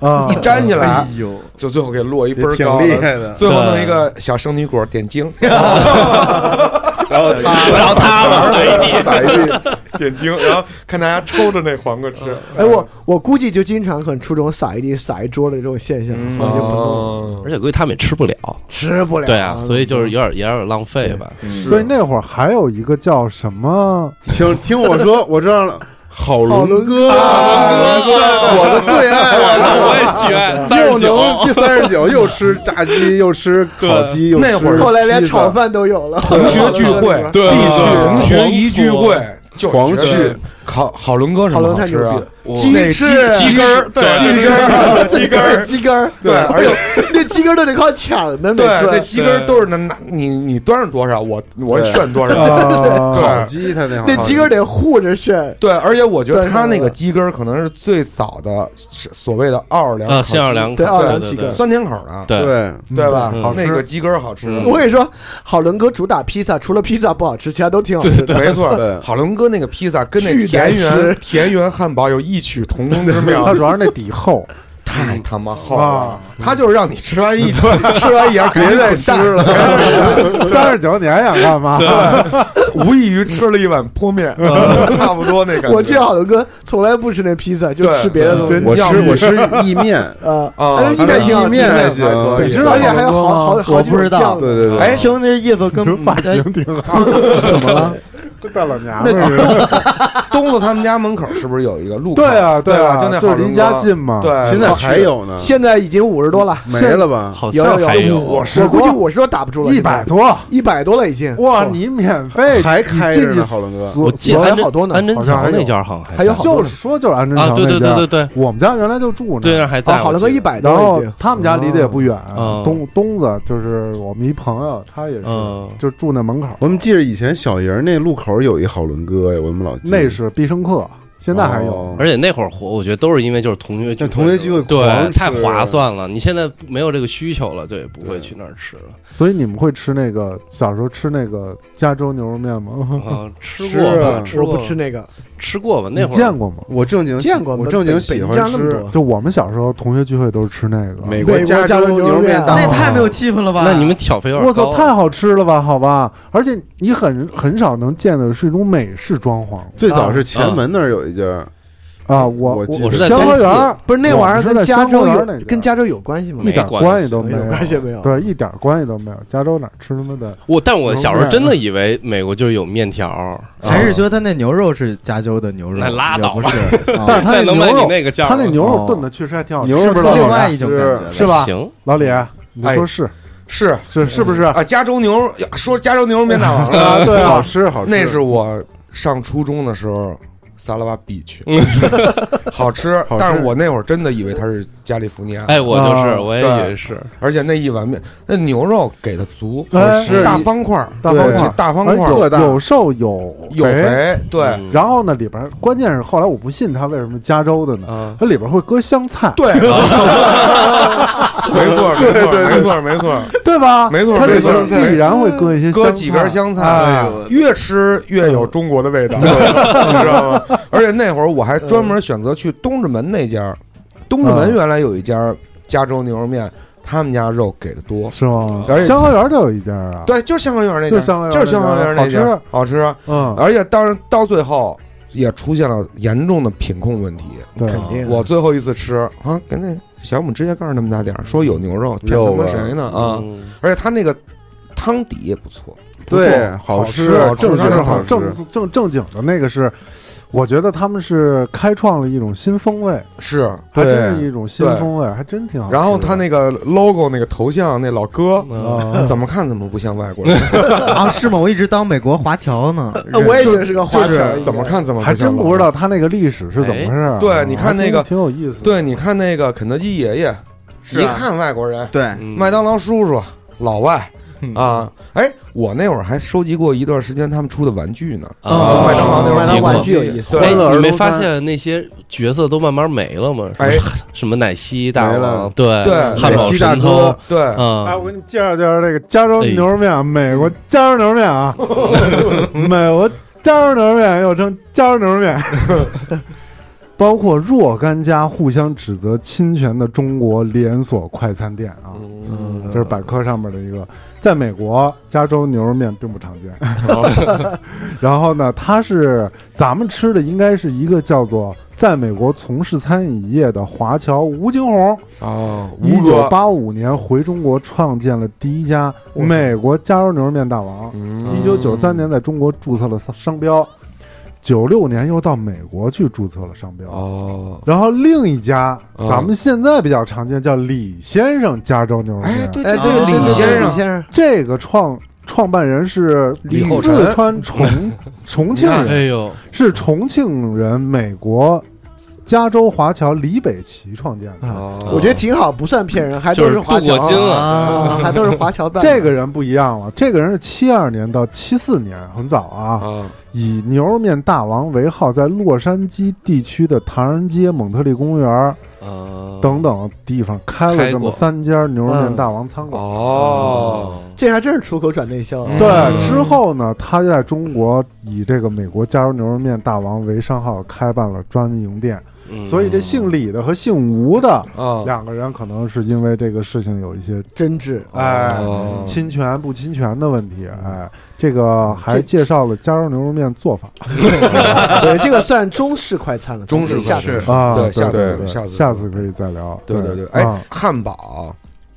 啊一，粘起来哎，呦，就最后给落一倍也儿挺高厉了。害的。最后弄一个小生女果点睛， *laughs* 然后他然后他往上一 *laughs* 地，打一地，点睛，然后看大家抽着那黄瓜吃。哎，我我估计就经常很出这种撒一地撒一桌的这种现象，所以就不弄哦而且估计他们也吃不了。吃不了。对啊，所以就是有点有点浪费吧。所以那会儿还有一个叫什么 *laughs* 听听我说，我知道了，郝龙哥，啊我的最爱，我也我喜爱的又能第三十九，又吃炸鸡，又吃烤鸡，又吃那会儿后来连披萨炒饭都有了，同学聚啊 *laughs* 会，对必须同学一聚会就狂觉得去烤好伦哥什好么伦好太吃牛逼啊了？，那鸡翅、鸡根儿，对鸡根儿， *laughs* 鸡根儿，鸡根儿，对，而且 *laughs* 那鸡根儿都得靠抢的，对每次那鸡根儿都是能拿你你端上多少，我我对炫多少。啊？烤鸡，他那会那鸡根儿得得护着炫。对，而且我觉得对他那个对鸡根儿可能是最早的是所谓的奥尔良呃，烤鸡新奥尔良对烤奥尔对良对鸡对根酸甜口的，对对，对吧嗯好？那个鸡根儿好吃，嗯我跟你说，好伦哥主打披萨，除了披萨不好吃，其他都挺好吃的。没错对，好伦哥那个披萨跟那巨难田园吃田园汉堡有异曲同工之妙 *laughs* 它，主要是那底 *laughs* 厚，太嗯他妈厚啊了！他就是让你吃 *laughs* 完一顿，吃完一样，别再吃了，三十九你还想干嘛？ *laughs* 无异于吃了一碗 *laughs* 泼面，嗯差不多那感觉。我去好伦哥从来不吃那披萨，就对吃别的东西。对我要吃不我吃意 *laughs* 面，啊啊但是意面挺好意吃面还的，行，对你知道而且好还有伦哥吗好好好我几不种知道酱对对对，哎听这意思跟 *laughs* 发哎型挺好，怎么了？跟大老娘们儿似的。东子他们家门口是不是有一个路口？对啊，对啊，吧就那就是好离家近嘛。对，，啊哦现在还有呢，现在已经五十多了，没了吧？好有像有还有有十我估计多五十都打不住了，一百多，一百多了已经。哦哇，你免费还哎你开进着去呢好伦哥所我记得所安有贞好多呢安贞好像还桥有那家好像还还有好多就是说就是安贞啊，桥对对那对家，对对，我们家原来就住那儿，对那还在。啊，好我伦哥记一得百多然了已后经。他们家离得也不远，嗯东东子就是我们一朋友，他也是、嗯就住那门口，我们记着以前小营那路口有一好伦哥呀，我们老记那是必胜客，现在还有。哦而且那会儿火，我觉得都是因为就是同学聚那会，同学聚会狂对，吃太划算了。你现在没有这个需求了，就也不会去那儿吃了。所以你们会吃那个小时候吃那个加州牛肉面吗？啊，吃过吧？是吃我过不吃那个，吃过吧？那你会见儿过吗？我正经见过我北正经北喜京欢家那么吃多就我们小时候同学聚会都是吃那个，美国加加州牛牛肉肉面面大那王太没有气氛了吧？那你们挑肥有点我操，高太了好吃了吧？好吧，而且你很很少能见的是一种美式装潢最早是前门那儿有一家，啊！我我记得我是在香东河四园儿不是那玩意我儿是在跟加香州河园有儿那边跟加州有关系吗？一点没关系哦系都没有，关系没有。对，一点关系都没有。加州哪儿吃他妈的？我，但我小时候真的以为美国就是有面条儿，还是觉得他那牛肉是加州的牛肉，那拉倒也不吧是，但是他再那能牛卖你肉，那个价儿他了，那牛哦肉炖的确实还挺好吃，牛肉是不是是老另李？外一种感觉了，是吧？行，老李，你就说是是是是不是？啊，加州牛呀 *laughs* 说加州牛肉面大王了，啊，对好啊，吃好吃，那是我上初中的时候萨拉瓦 beach，好吃。但是我那会儿真的以为它是加利福尼亚，哎，我就是，啊我也对以为是，而且那一碗面，那牛肉给的足，哎是大方块儿，大方对块就儿，大方块哎儿，有特大有瘦有有肥，对嗯然后呢，里边儿关键是后来我不信他为什么加州的呢？啊，它里边儿会搁香菜，对， *laughs* 没 *laughs* 错，没错，没错，没错，对吧？没错它里没错边儿没错必然会搁一些搁几根香香哎菜呦，越吃越有中国的味 *laughs* 道，你知道吗？而且那会儿我还专门选择去东直门那家，东直门原来有一家加州牛肉面，他们家肉给的多菜，是吗而？且香河园儿就有一家啊，，对，啊就是香河园那就是家，香河园就是香河那家园那好家吃，好吃。嗯，而且当然到最后也出现了严重的品控问题。对，肯定我最后一次吃啊，给那小拇指甲盖儿那么大点儿，说有牛肉，骗他肉妈味儿谁呢啊？嗯，而且他那个汤底也不错，对，好吃，正正正是正好好正吃。正正经的那个是，我觉得他们是开创了一种新风味，是。还对真是一种新对风味，还真挺好吃的。然后他那个 logo 那个头像那老哥，嗯啊，怎么看怎么不像外国人，啊，是吗？我一直当美国华侨呢。我也觉得是个就花是钱，怎么看怎么像还真老不知道他那个历史是怎么回事儿啊。对你看那个还真挺有意思的。对，你看那个肯德基爷爷，是一啊看外国人，对，嗯麦当劳叔叔，老外啊，哎，我那会儿还收集过一段时间他们出的玩具呢，哦啊麦当劳那会麦儿当西劳瓜玩具有意思，哎，对，你没发现那些角色都慢慢没了吗？哎，什么奶昔大没王了，对对呃汉堡奶昔大神偷，对，哎，嗯，我给你介绍介绍这个加州牛肉面，啊，美国加州牛肉面啊，美国加州牛肉面又称加州牛肉面，包括若干家互相指责侵权的中国连锁快餐店啊，嗯这是百科上面的一个。在美国，加州牛肉面并不常见。 *laughs* 然后呢，它是咱们吃的应该是一个叫做在美国从事餐饮业的华侨吴金红。哦，一吴九哥，八五年回中国创建了第一家美国加州牛肉面大王。嗯一九九三年在中国注册了商标，九六年又到美国去注册了商标。哦，然后另一家嗯咱们现在比较常见叫李先生加州牛肉哎，面，对哎，对对，啊对对李先李生，先生，这个创创办人是李厚辰四川重 *laughs* 重庆哎人，呦，是重庆人，美国加州华侨李北奇创建的。哦哦我觉得挺好，不算骗人，还都就是华镀侨过金啊，了，啊还都是华侨办的。这个人不一样了，这个人是七二年到七四年，很早啊，啊，以牛肉面大王为号，在洛杉矶地区的唐人街、蒙特利公园嗯，等等地方开了开这么过三家牛肉面大王餐馆。哦，这还真是出口转内销啊，嗯对，之后呢，他就在中国以这个美国加州牛肉面大王为商号开办了专营店，嗯所以这姓李的和姓吴的哦啊，两个人可能是因为这个事情有一些真挚。啊哎哦侵权不侵权的问题，哎，这个还介绍了加州牛肉面做法对，这个算中式快餐了，中式下快餐次啊，对对，下次对可以对下次下次可以再聊，对对对对，哎嗯啊，汉堡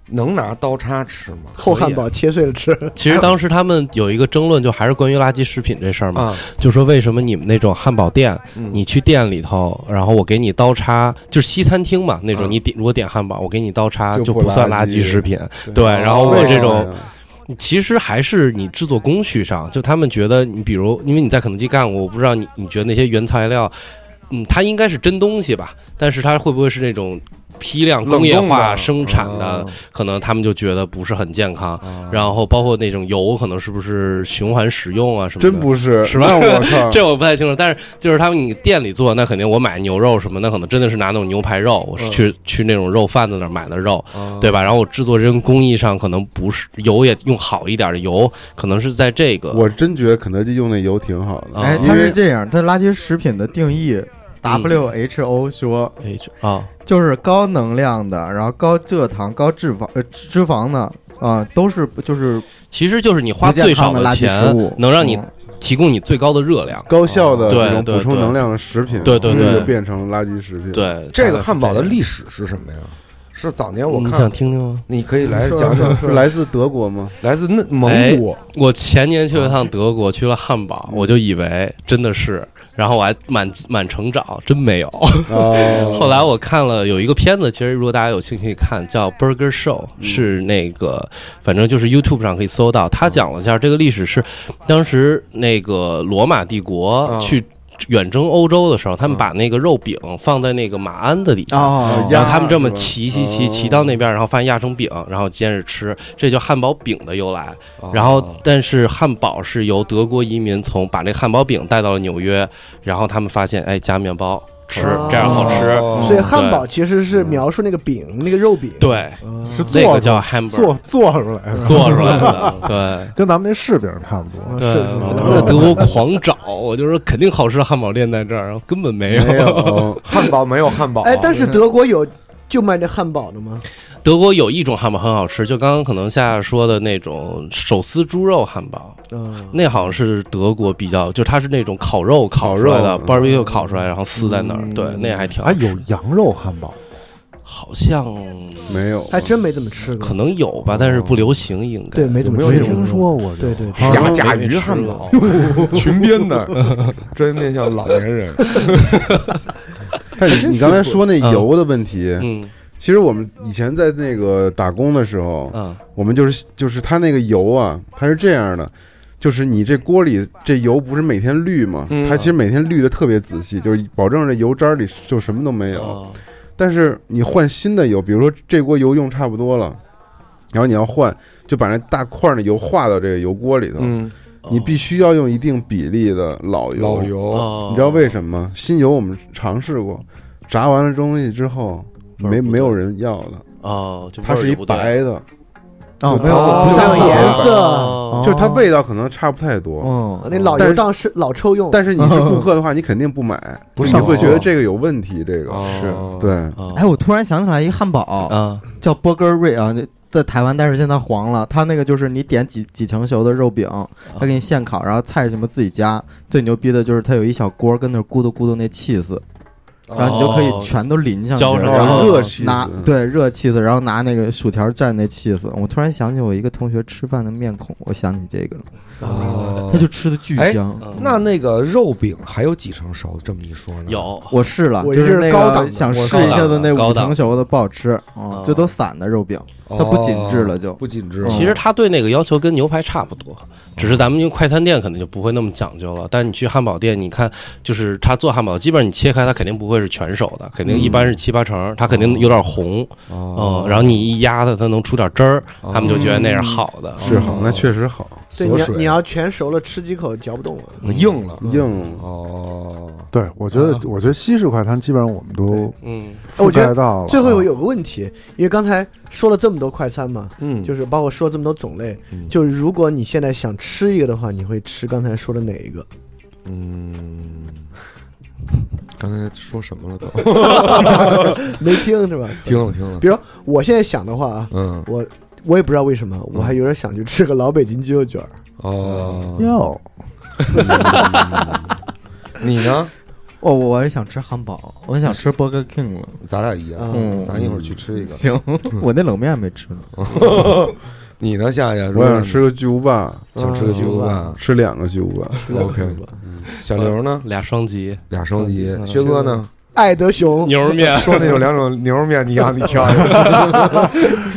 能拿刀叉吃吗？厚汉堡切碎了吃，其实当时他们有一个争论，就还是关于垃圾食品这事儿嘛，啊，就说为什么你们那种汉堡店，嗯嗯你去店里头，然后我给你刀叉，就是西餐厅嘛那种，嗯你点如果点汉堡，我给你刀叉就就不不算垃垃圾圾食品，对，哦然后我这种。对其实还是你制作工序上，就他们觉得你，比如因为你在肯德基干过，我不知道你你觉得那些原材料，嗯，它应该是真东西吧，但是它会不会是那种批量工业冷冻化的啊哦生产的，可能他们就觉得不是很健康。啊然后包括那种油，可能是不是循环使用啊什么的，真不是，是吧，那我操这我不太清楚，但是就是他们你店里做，那肯定我买牛肉什么，那可能真的是拿那种牛排肉，我是去、去那种肉贩子那儿买的肉，啊对吧？然后我制作这跟工艺上可能不是油也用好一点的油，可能是在这个我真觉得肯德基用那油挺好的。啊哎，因它为是这样，它垃圾食品的定义，WHO 说 H 啊就是高能量的，然后高蔗糖、高脂肪呃脂肪的啊，都是就是其实就是你花不最健少康垃圾食钱物，，能让你嗯提供你最高的热量。高效的对这种补哦对充对能量的食品，对对那对就变成垃圾食品。，对，嗯这个汉堡的历史是什么呀？是早年我你看想，听听吗？你可以来 *laughs* 讲讲，是来自德国 *laughs* 吗？来自那哎蒙古，我前年去了趟德国，去了汉堡，我就以为真的是，然后我还满满城找，真没有。哦，后来我看了有一个片子，其实如果大家有兴趣看，叫《Burger Show》，是嗯那个反正就是 YouTube 上可以啊搜到。他讲了一下这个历史是，当时那个罗马帝国嗯去远征欧洲的时候，他们把那个肉饼放在那个马鞍子里，哦，然后他们这么骑是吧骑骑哦骑到那边，然后发现压成饼，然后接着吃，这就汉堡饼的由来。哦然后，但是汉堡是由德国移民从把这汉堡饼带到了纽约，然后他们发现，哎，加面包吃哦啊这样好吃，嗯所以汉堡其实是描述那个饼，那个肉饼。对，嗯，是那做个出叫来 hamburger 做做出来的，做出来的，跟咱们那柿饼差不多。嗯对是对，是我是当时在德国狂找，我就说肯定好吃的汉堡店在这儿，然后根本没有。没 *laughs* 有，汉堡没有汉堡啊，哎，*laughs* 但是德国有就卖这汉堡的吗？德国有一种汉堡很好吃，就刚刚可能夏夏说的那种手撕猪肉汉堡，嗯，那好像是德国比较，就它是那种烤肉烤出来的烤肉 barbecue 烤出来，然后撕在那儿，对，那还挺好哎，吃。有羊肉汉堡，好像没有，还真没怎么吃过可。能有吧，但是不流行，应该对，没怎么有没吃没有这种过听说过这对个。对对，好像假没假没鱼吃汉过堡，裙 *laughs* 边的，专门面向老年人。但是你刚才说那嗯油的问题，嗯其实我们以前在那个打工的时候，嗯我们就是就是它那个油啊，它是这样的，就是你这锅里这油不是每天滤吗？嗯它其实每天滤的特别仔细，就是保证这油渣里就什么都没有。哦但是你换新的油，比如说这锅油用差不多了，然后你要换，就把那大块儿的油化到这个油锅里头。嗯，你必须要用一定比例的老油，老油，哦你知道为什么吗？新油我们尝试过，炸完了东西之后。味儿不没对没有人要的，哦，就味它儿是一就不对白的，就哦，没有它不像没有颜色哦就是它味道可能差不太多，嗯，那老但油是当是老抽用，但是你是顾客的话，你肯定不买，不你上会头觉得这个有问题，这个哦对，哦哎，我突然想起来一汉堡，啊叫 Burger Ray 啊，那在台湾，但是现在黄了。它那个就是你点几几成熟的肉饼，它给你现烤，然后菜什么自己加。最牛逼的就是它有一小锅跟那儿咕嘟咕嘟那 cheese，然后你就可以全都淋上去，浇上然后去热气拿对热 cheese，然后拿那个薯条蘸那 cheese。我突然想起我一个同学吃饭的面孔，我想起这个了，哦他就吃的巨哎香。嗯那那个肉饼还有几成熟？这么一说呢，有我试了，我就是那高档个的想我试高一下档的的那高五档成熟的不好吃，嗯哦，就都散的肉饼，哦它不紧致了就。哦不紧致嗯其实他对那个要求跟牛排差不多，只是咱们用快餐店可能就不会那么讲究了。但你去汉堡店，你看，就是他做汉堡，基本上你切开它肯定不会是全熟的，肯定一般是七八成，它肯定有点红，哦嗯，然后你一压它，它能出点汁儿，他们就觉得那是好的。是好，那确实好，对，锁你要啊水嗯你要全熟了，吃几口嚼不动了。硬嗯了硬哦，对，我觉得我觉得西式快餐基本上我们都嗯，覆盖到了。最后有有个问题，因为刚才说了这么多快餐嘛，嗯就是包括说这么多种类，嗯就如果你现在想吃一个的话，你会吃刚才说的哪一个？嗯，刚才说什么了都？ *laughs* 没听是吧？听了听了，比如我现在想的话啊，嗯我我也不知道为什么，我还有点想去吃个老北京鸡肉卷儿。哦，嗯哟，你呢？哦，我我也想吃汉堡，我想吃 Burger King 了。咱俩一样，嗯咱一会儿去吃一个。行，我那冷面还没吃呢。你呢，夏夏？如我果想吃个巨无霸，想吃个巨无霸。吃两个巨无霸， OK，小 *laughs* 刘呢？嗯俩双极俩升级。嗯薛哥呢？爱德熊，牛肉面说那种两种牛肉面，你要你 *laughs* 挑一个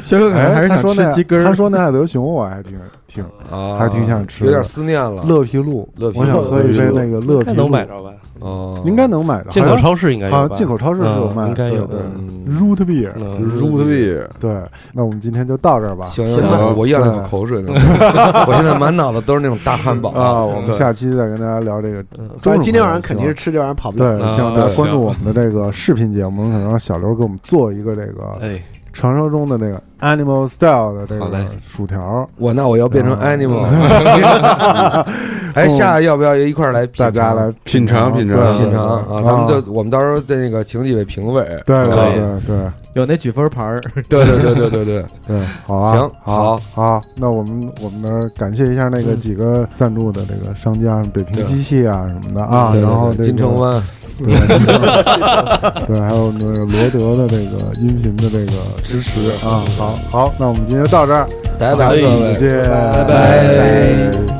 薛哥可能还哎，是他想说吃那鸡根他儿。说那爱德熊，我还挺挺啊，还挺想吃的有点思念了。乐皮露，乐皮我想露喝一杯那个乐皮看露能，买着吧？哦，应该能买着，进好口像超市应该有好吧像进口超市是有嗯卖的，应该有对对嗯 root beer。嗯 root beer，对，那我们今天就到这儿吧。行行吧我咽了口口水呢， *laughs* 我现在满脑子都是那种大汉堡啊，我们对下期再跟大家聊这个。嗯反正今天晚上肯定是吃这玩意儿跑不对了。，希望大家嗯关注行我们的这个视频节目，可能让小刘给我们做一个这个哎，传说中的这个 animal style 的这好嘞个薯条，我那我要变成嗯 animal，哎， *laughs* 下来要不要一块儿来品大尝家来品尝品尝对品尝对啊？咱们就我们到时候在那个请几位评委，对可以对对对有那举分牌儿，对对对对对对，对，好啊，行好好，那我们我们呢，感谢一下那个几个赞助的这个商家，北平机器啊什么的啊，对对然后对这个金城湾 *laughs* 对，金城湾对，还有那个罗德的这个音频的这个支持，啊，好好，那我们今天就到这儿，拜拜下次各位再见，拜拜拜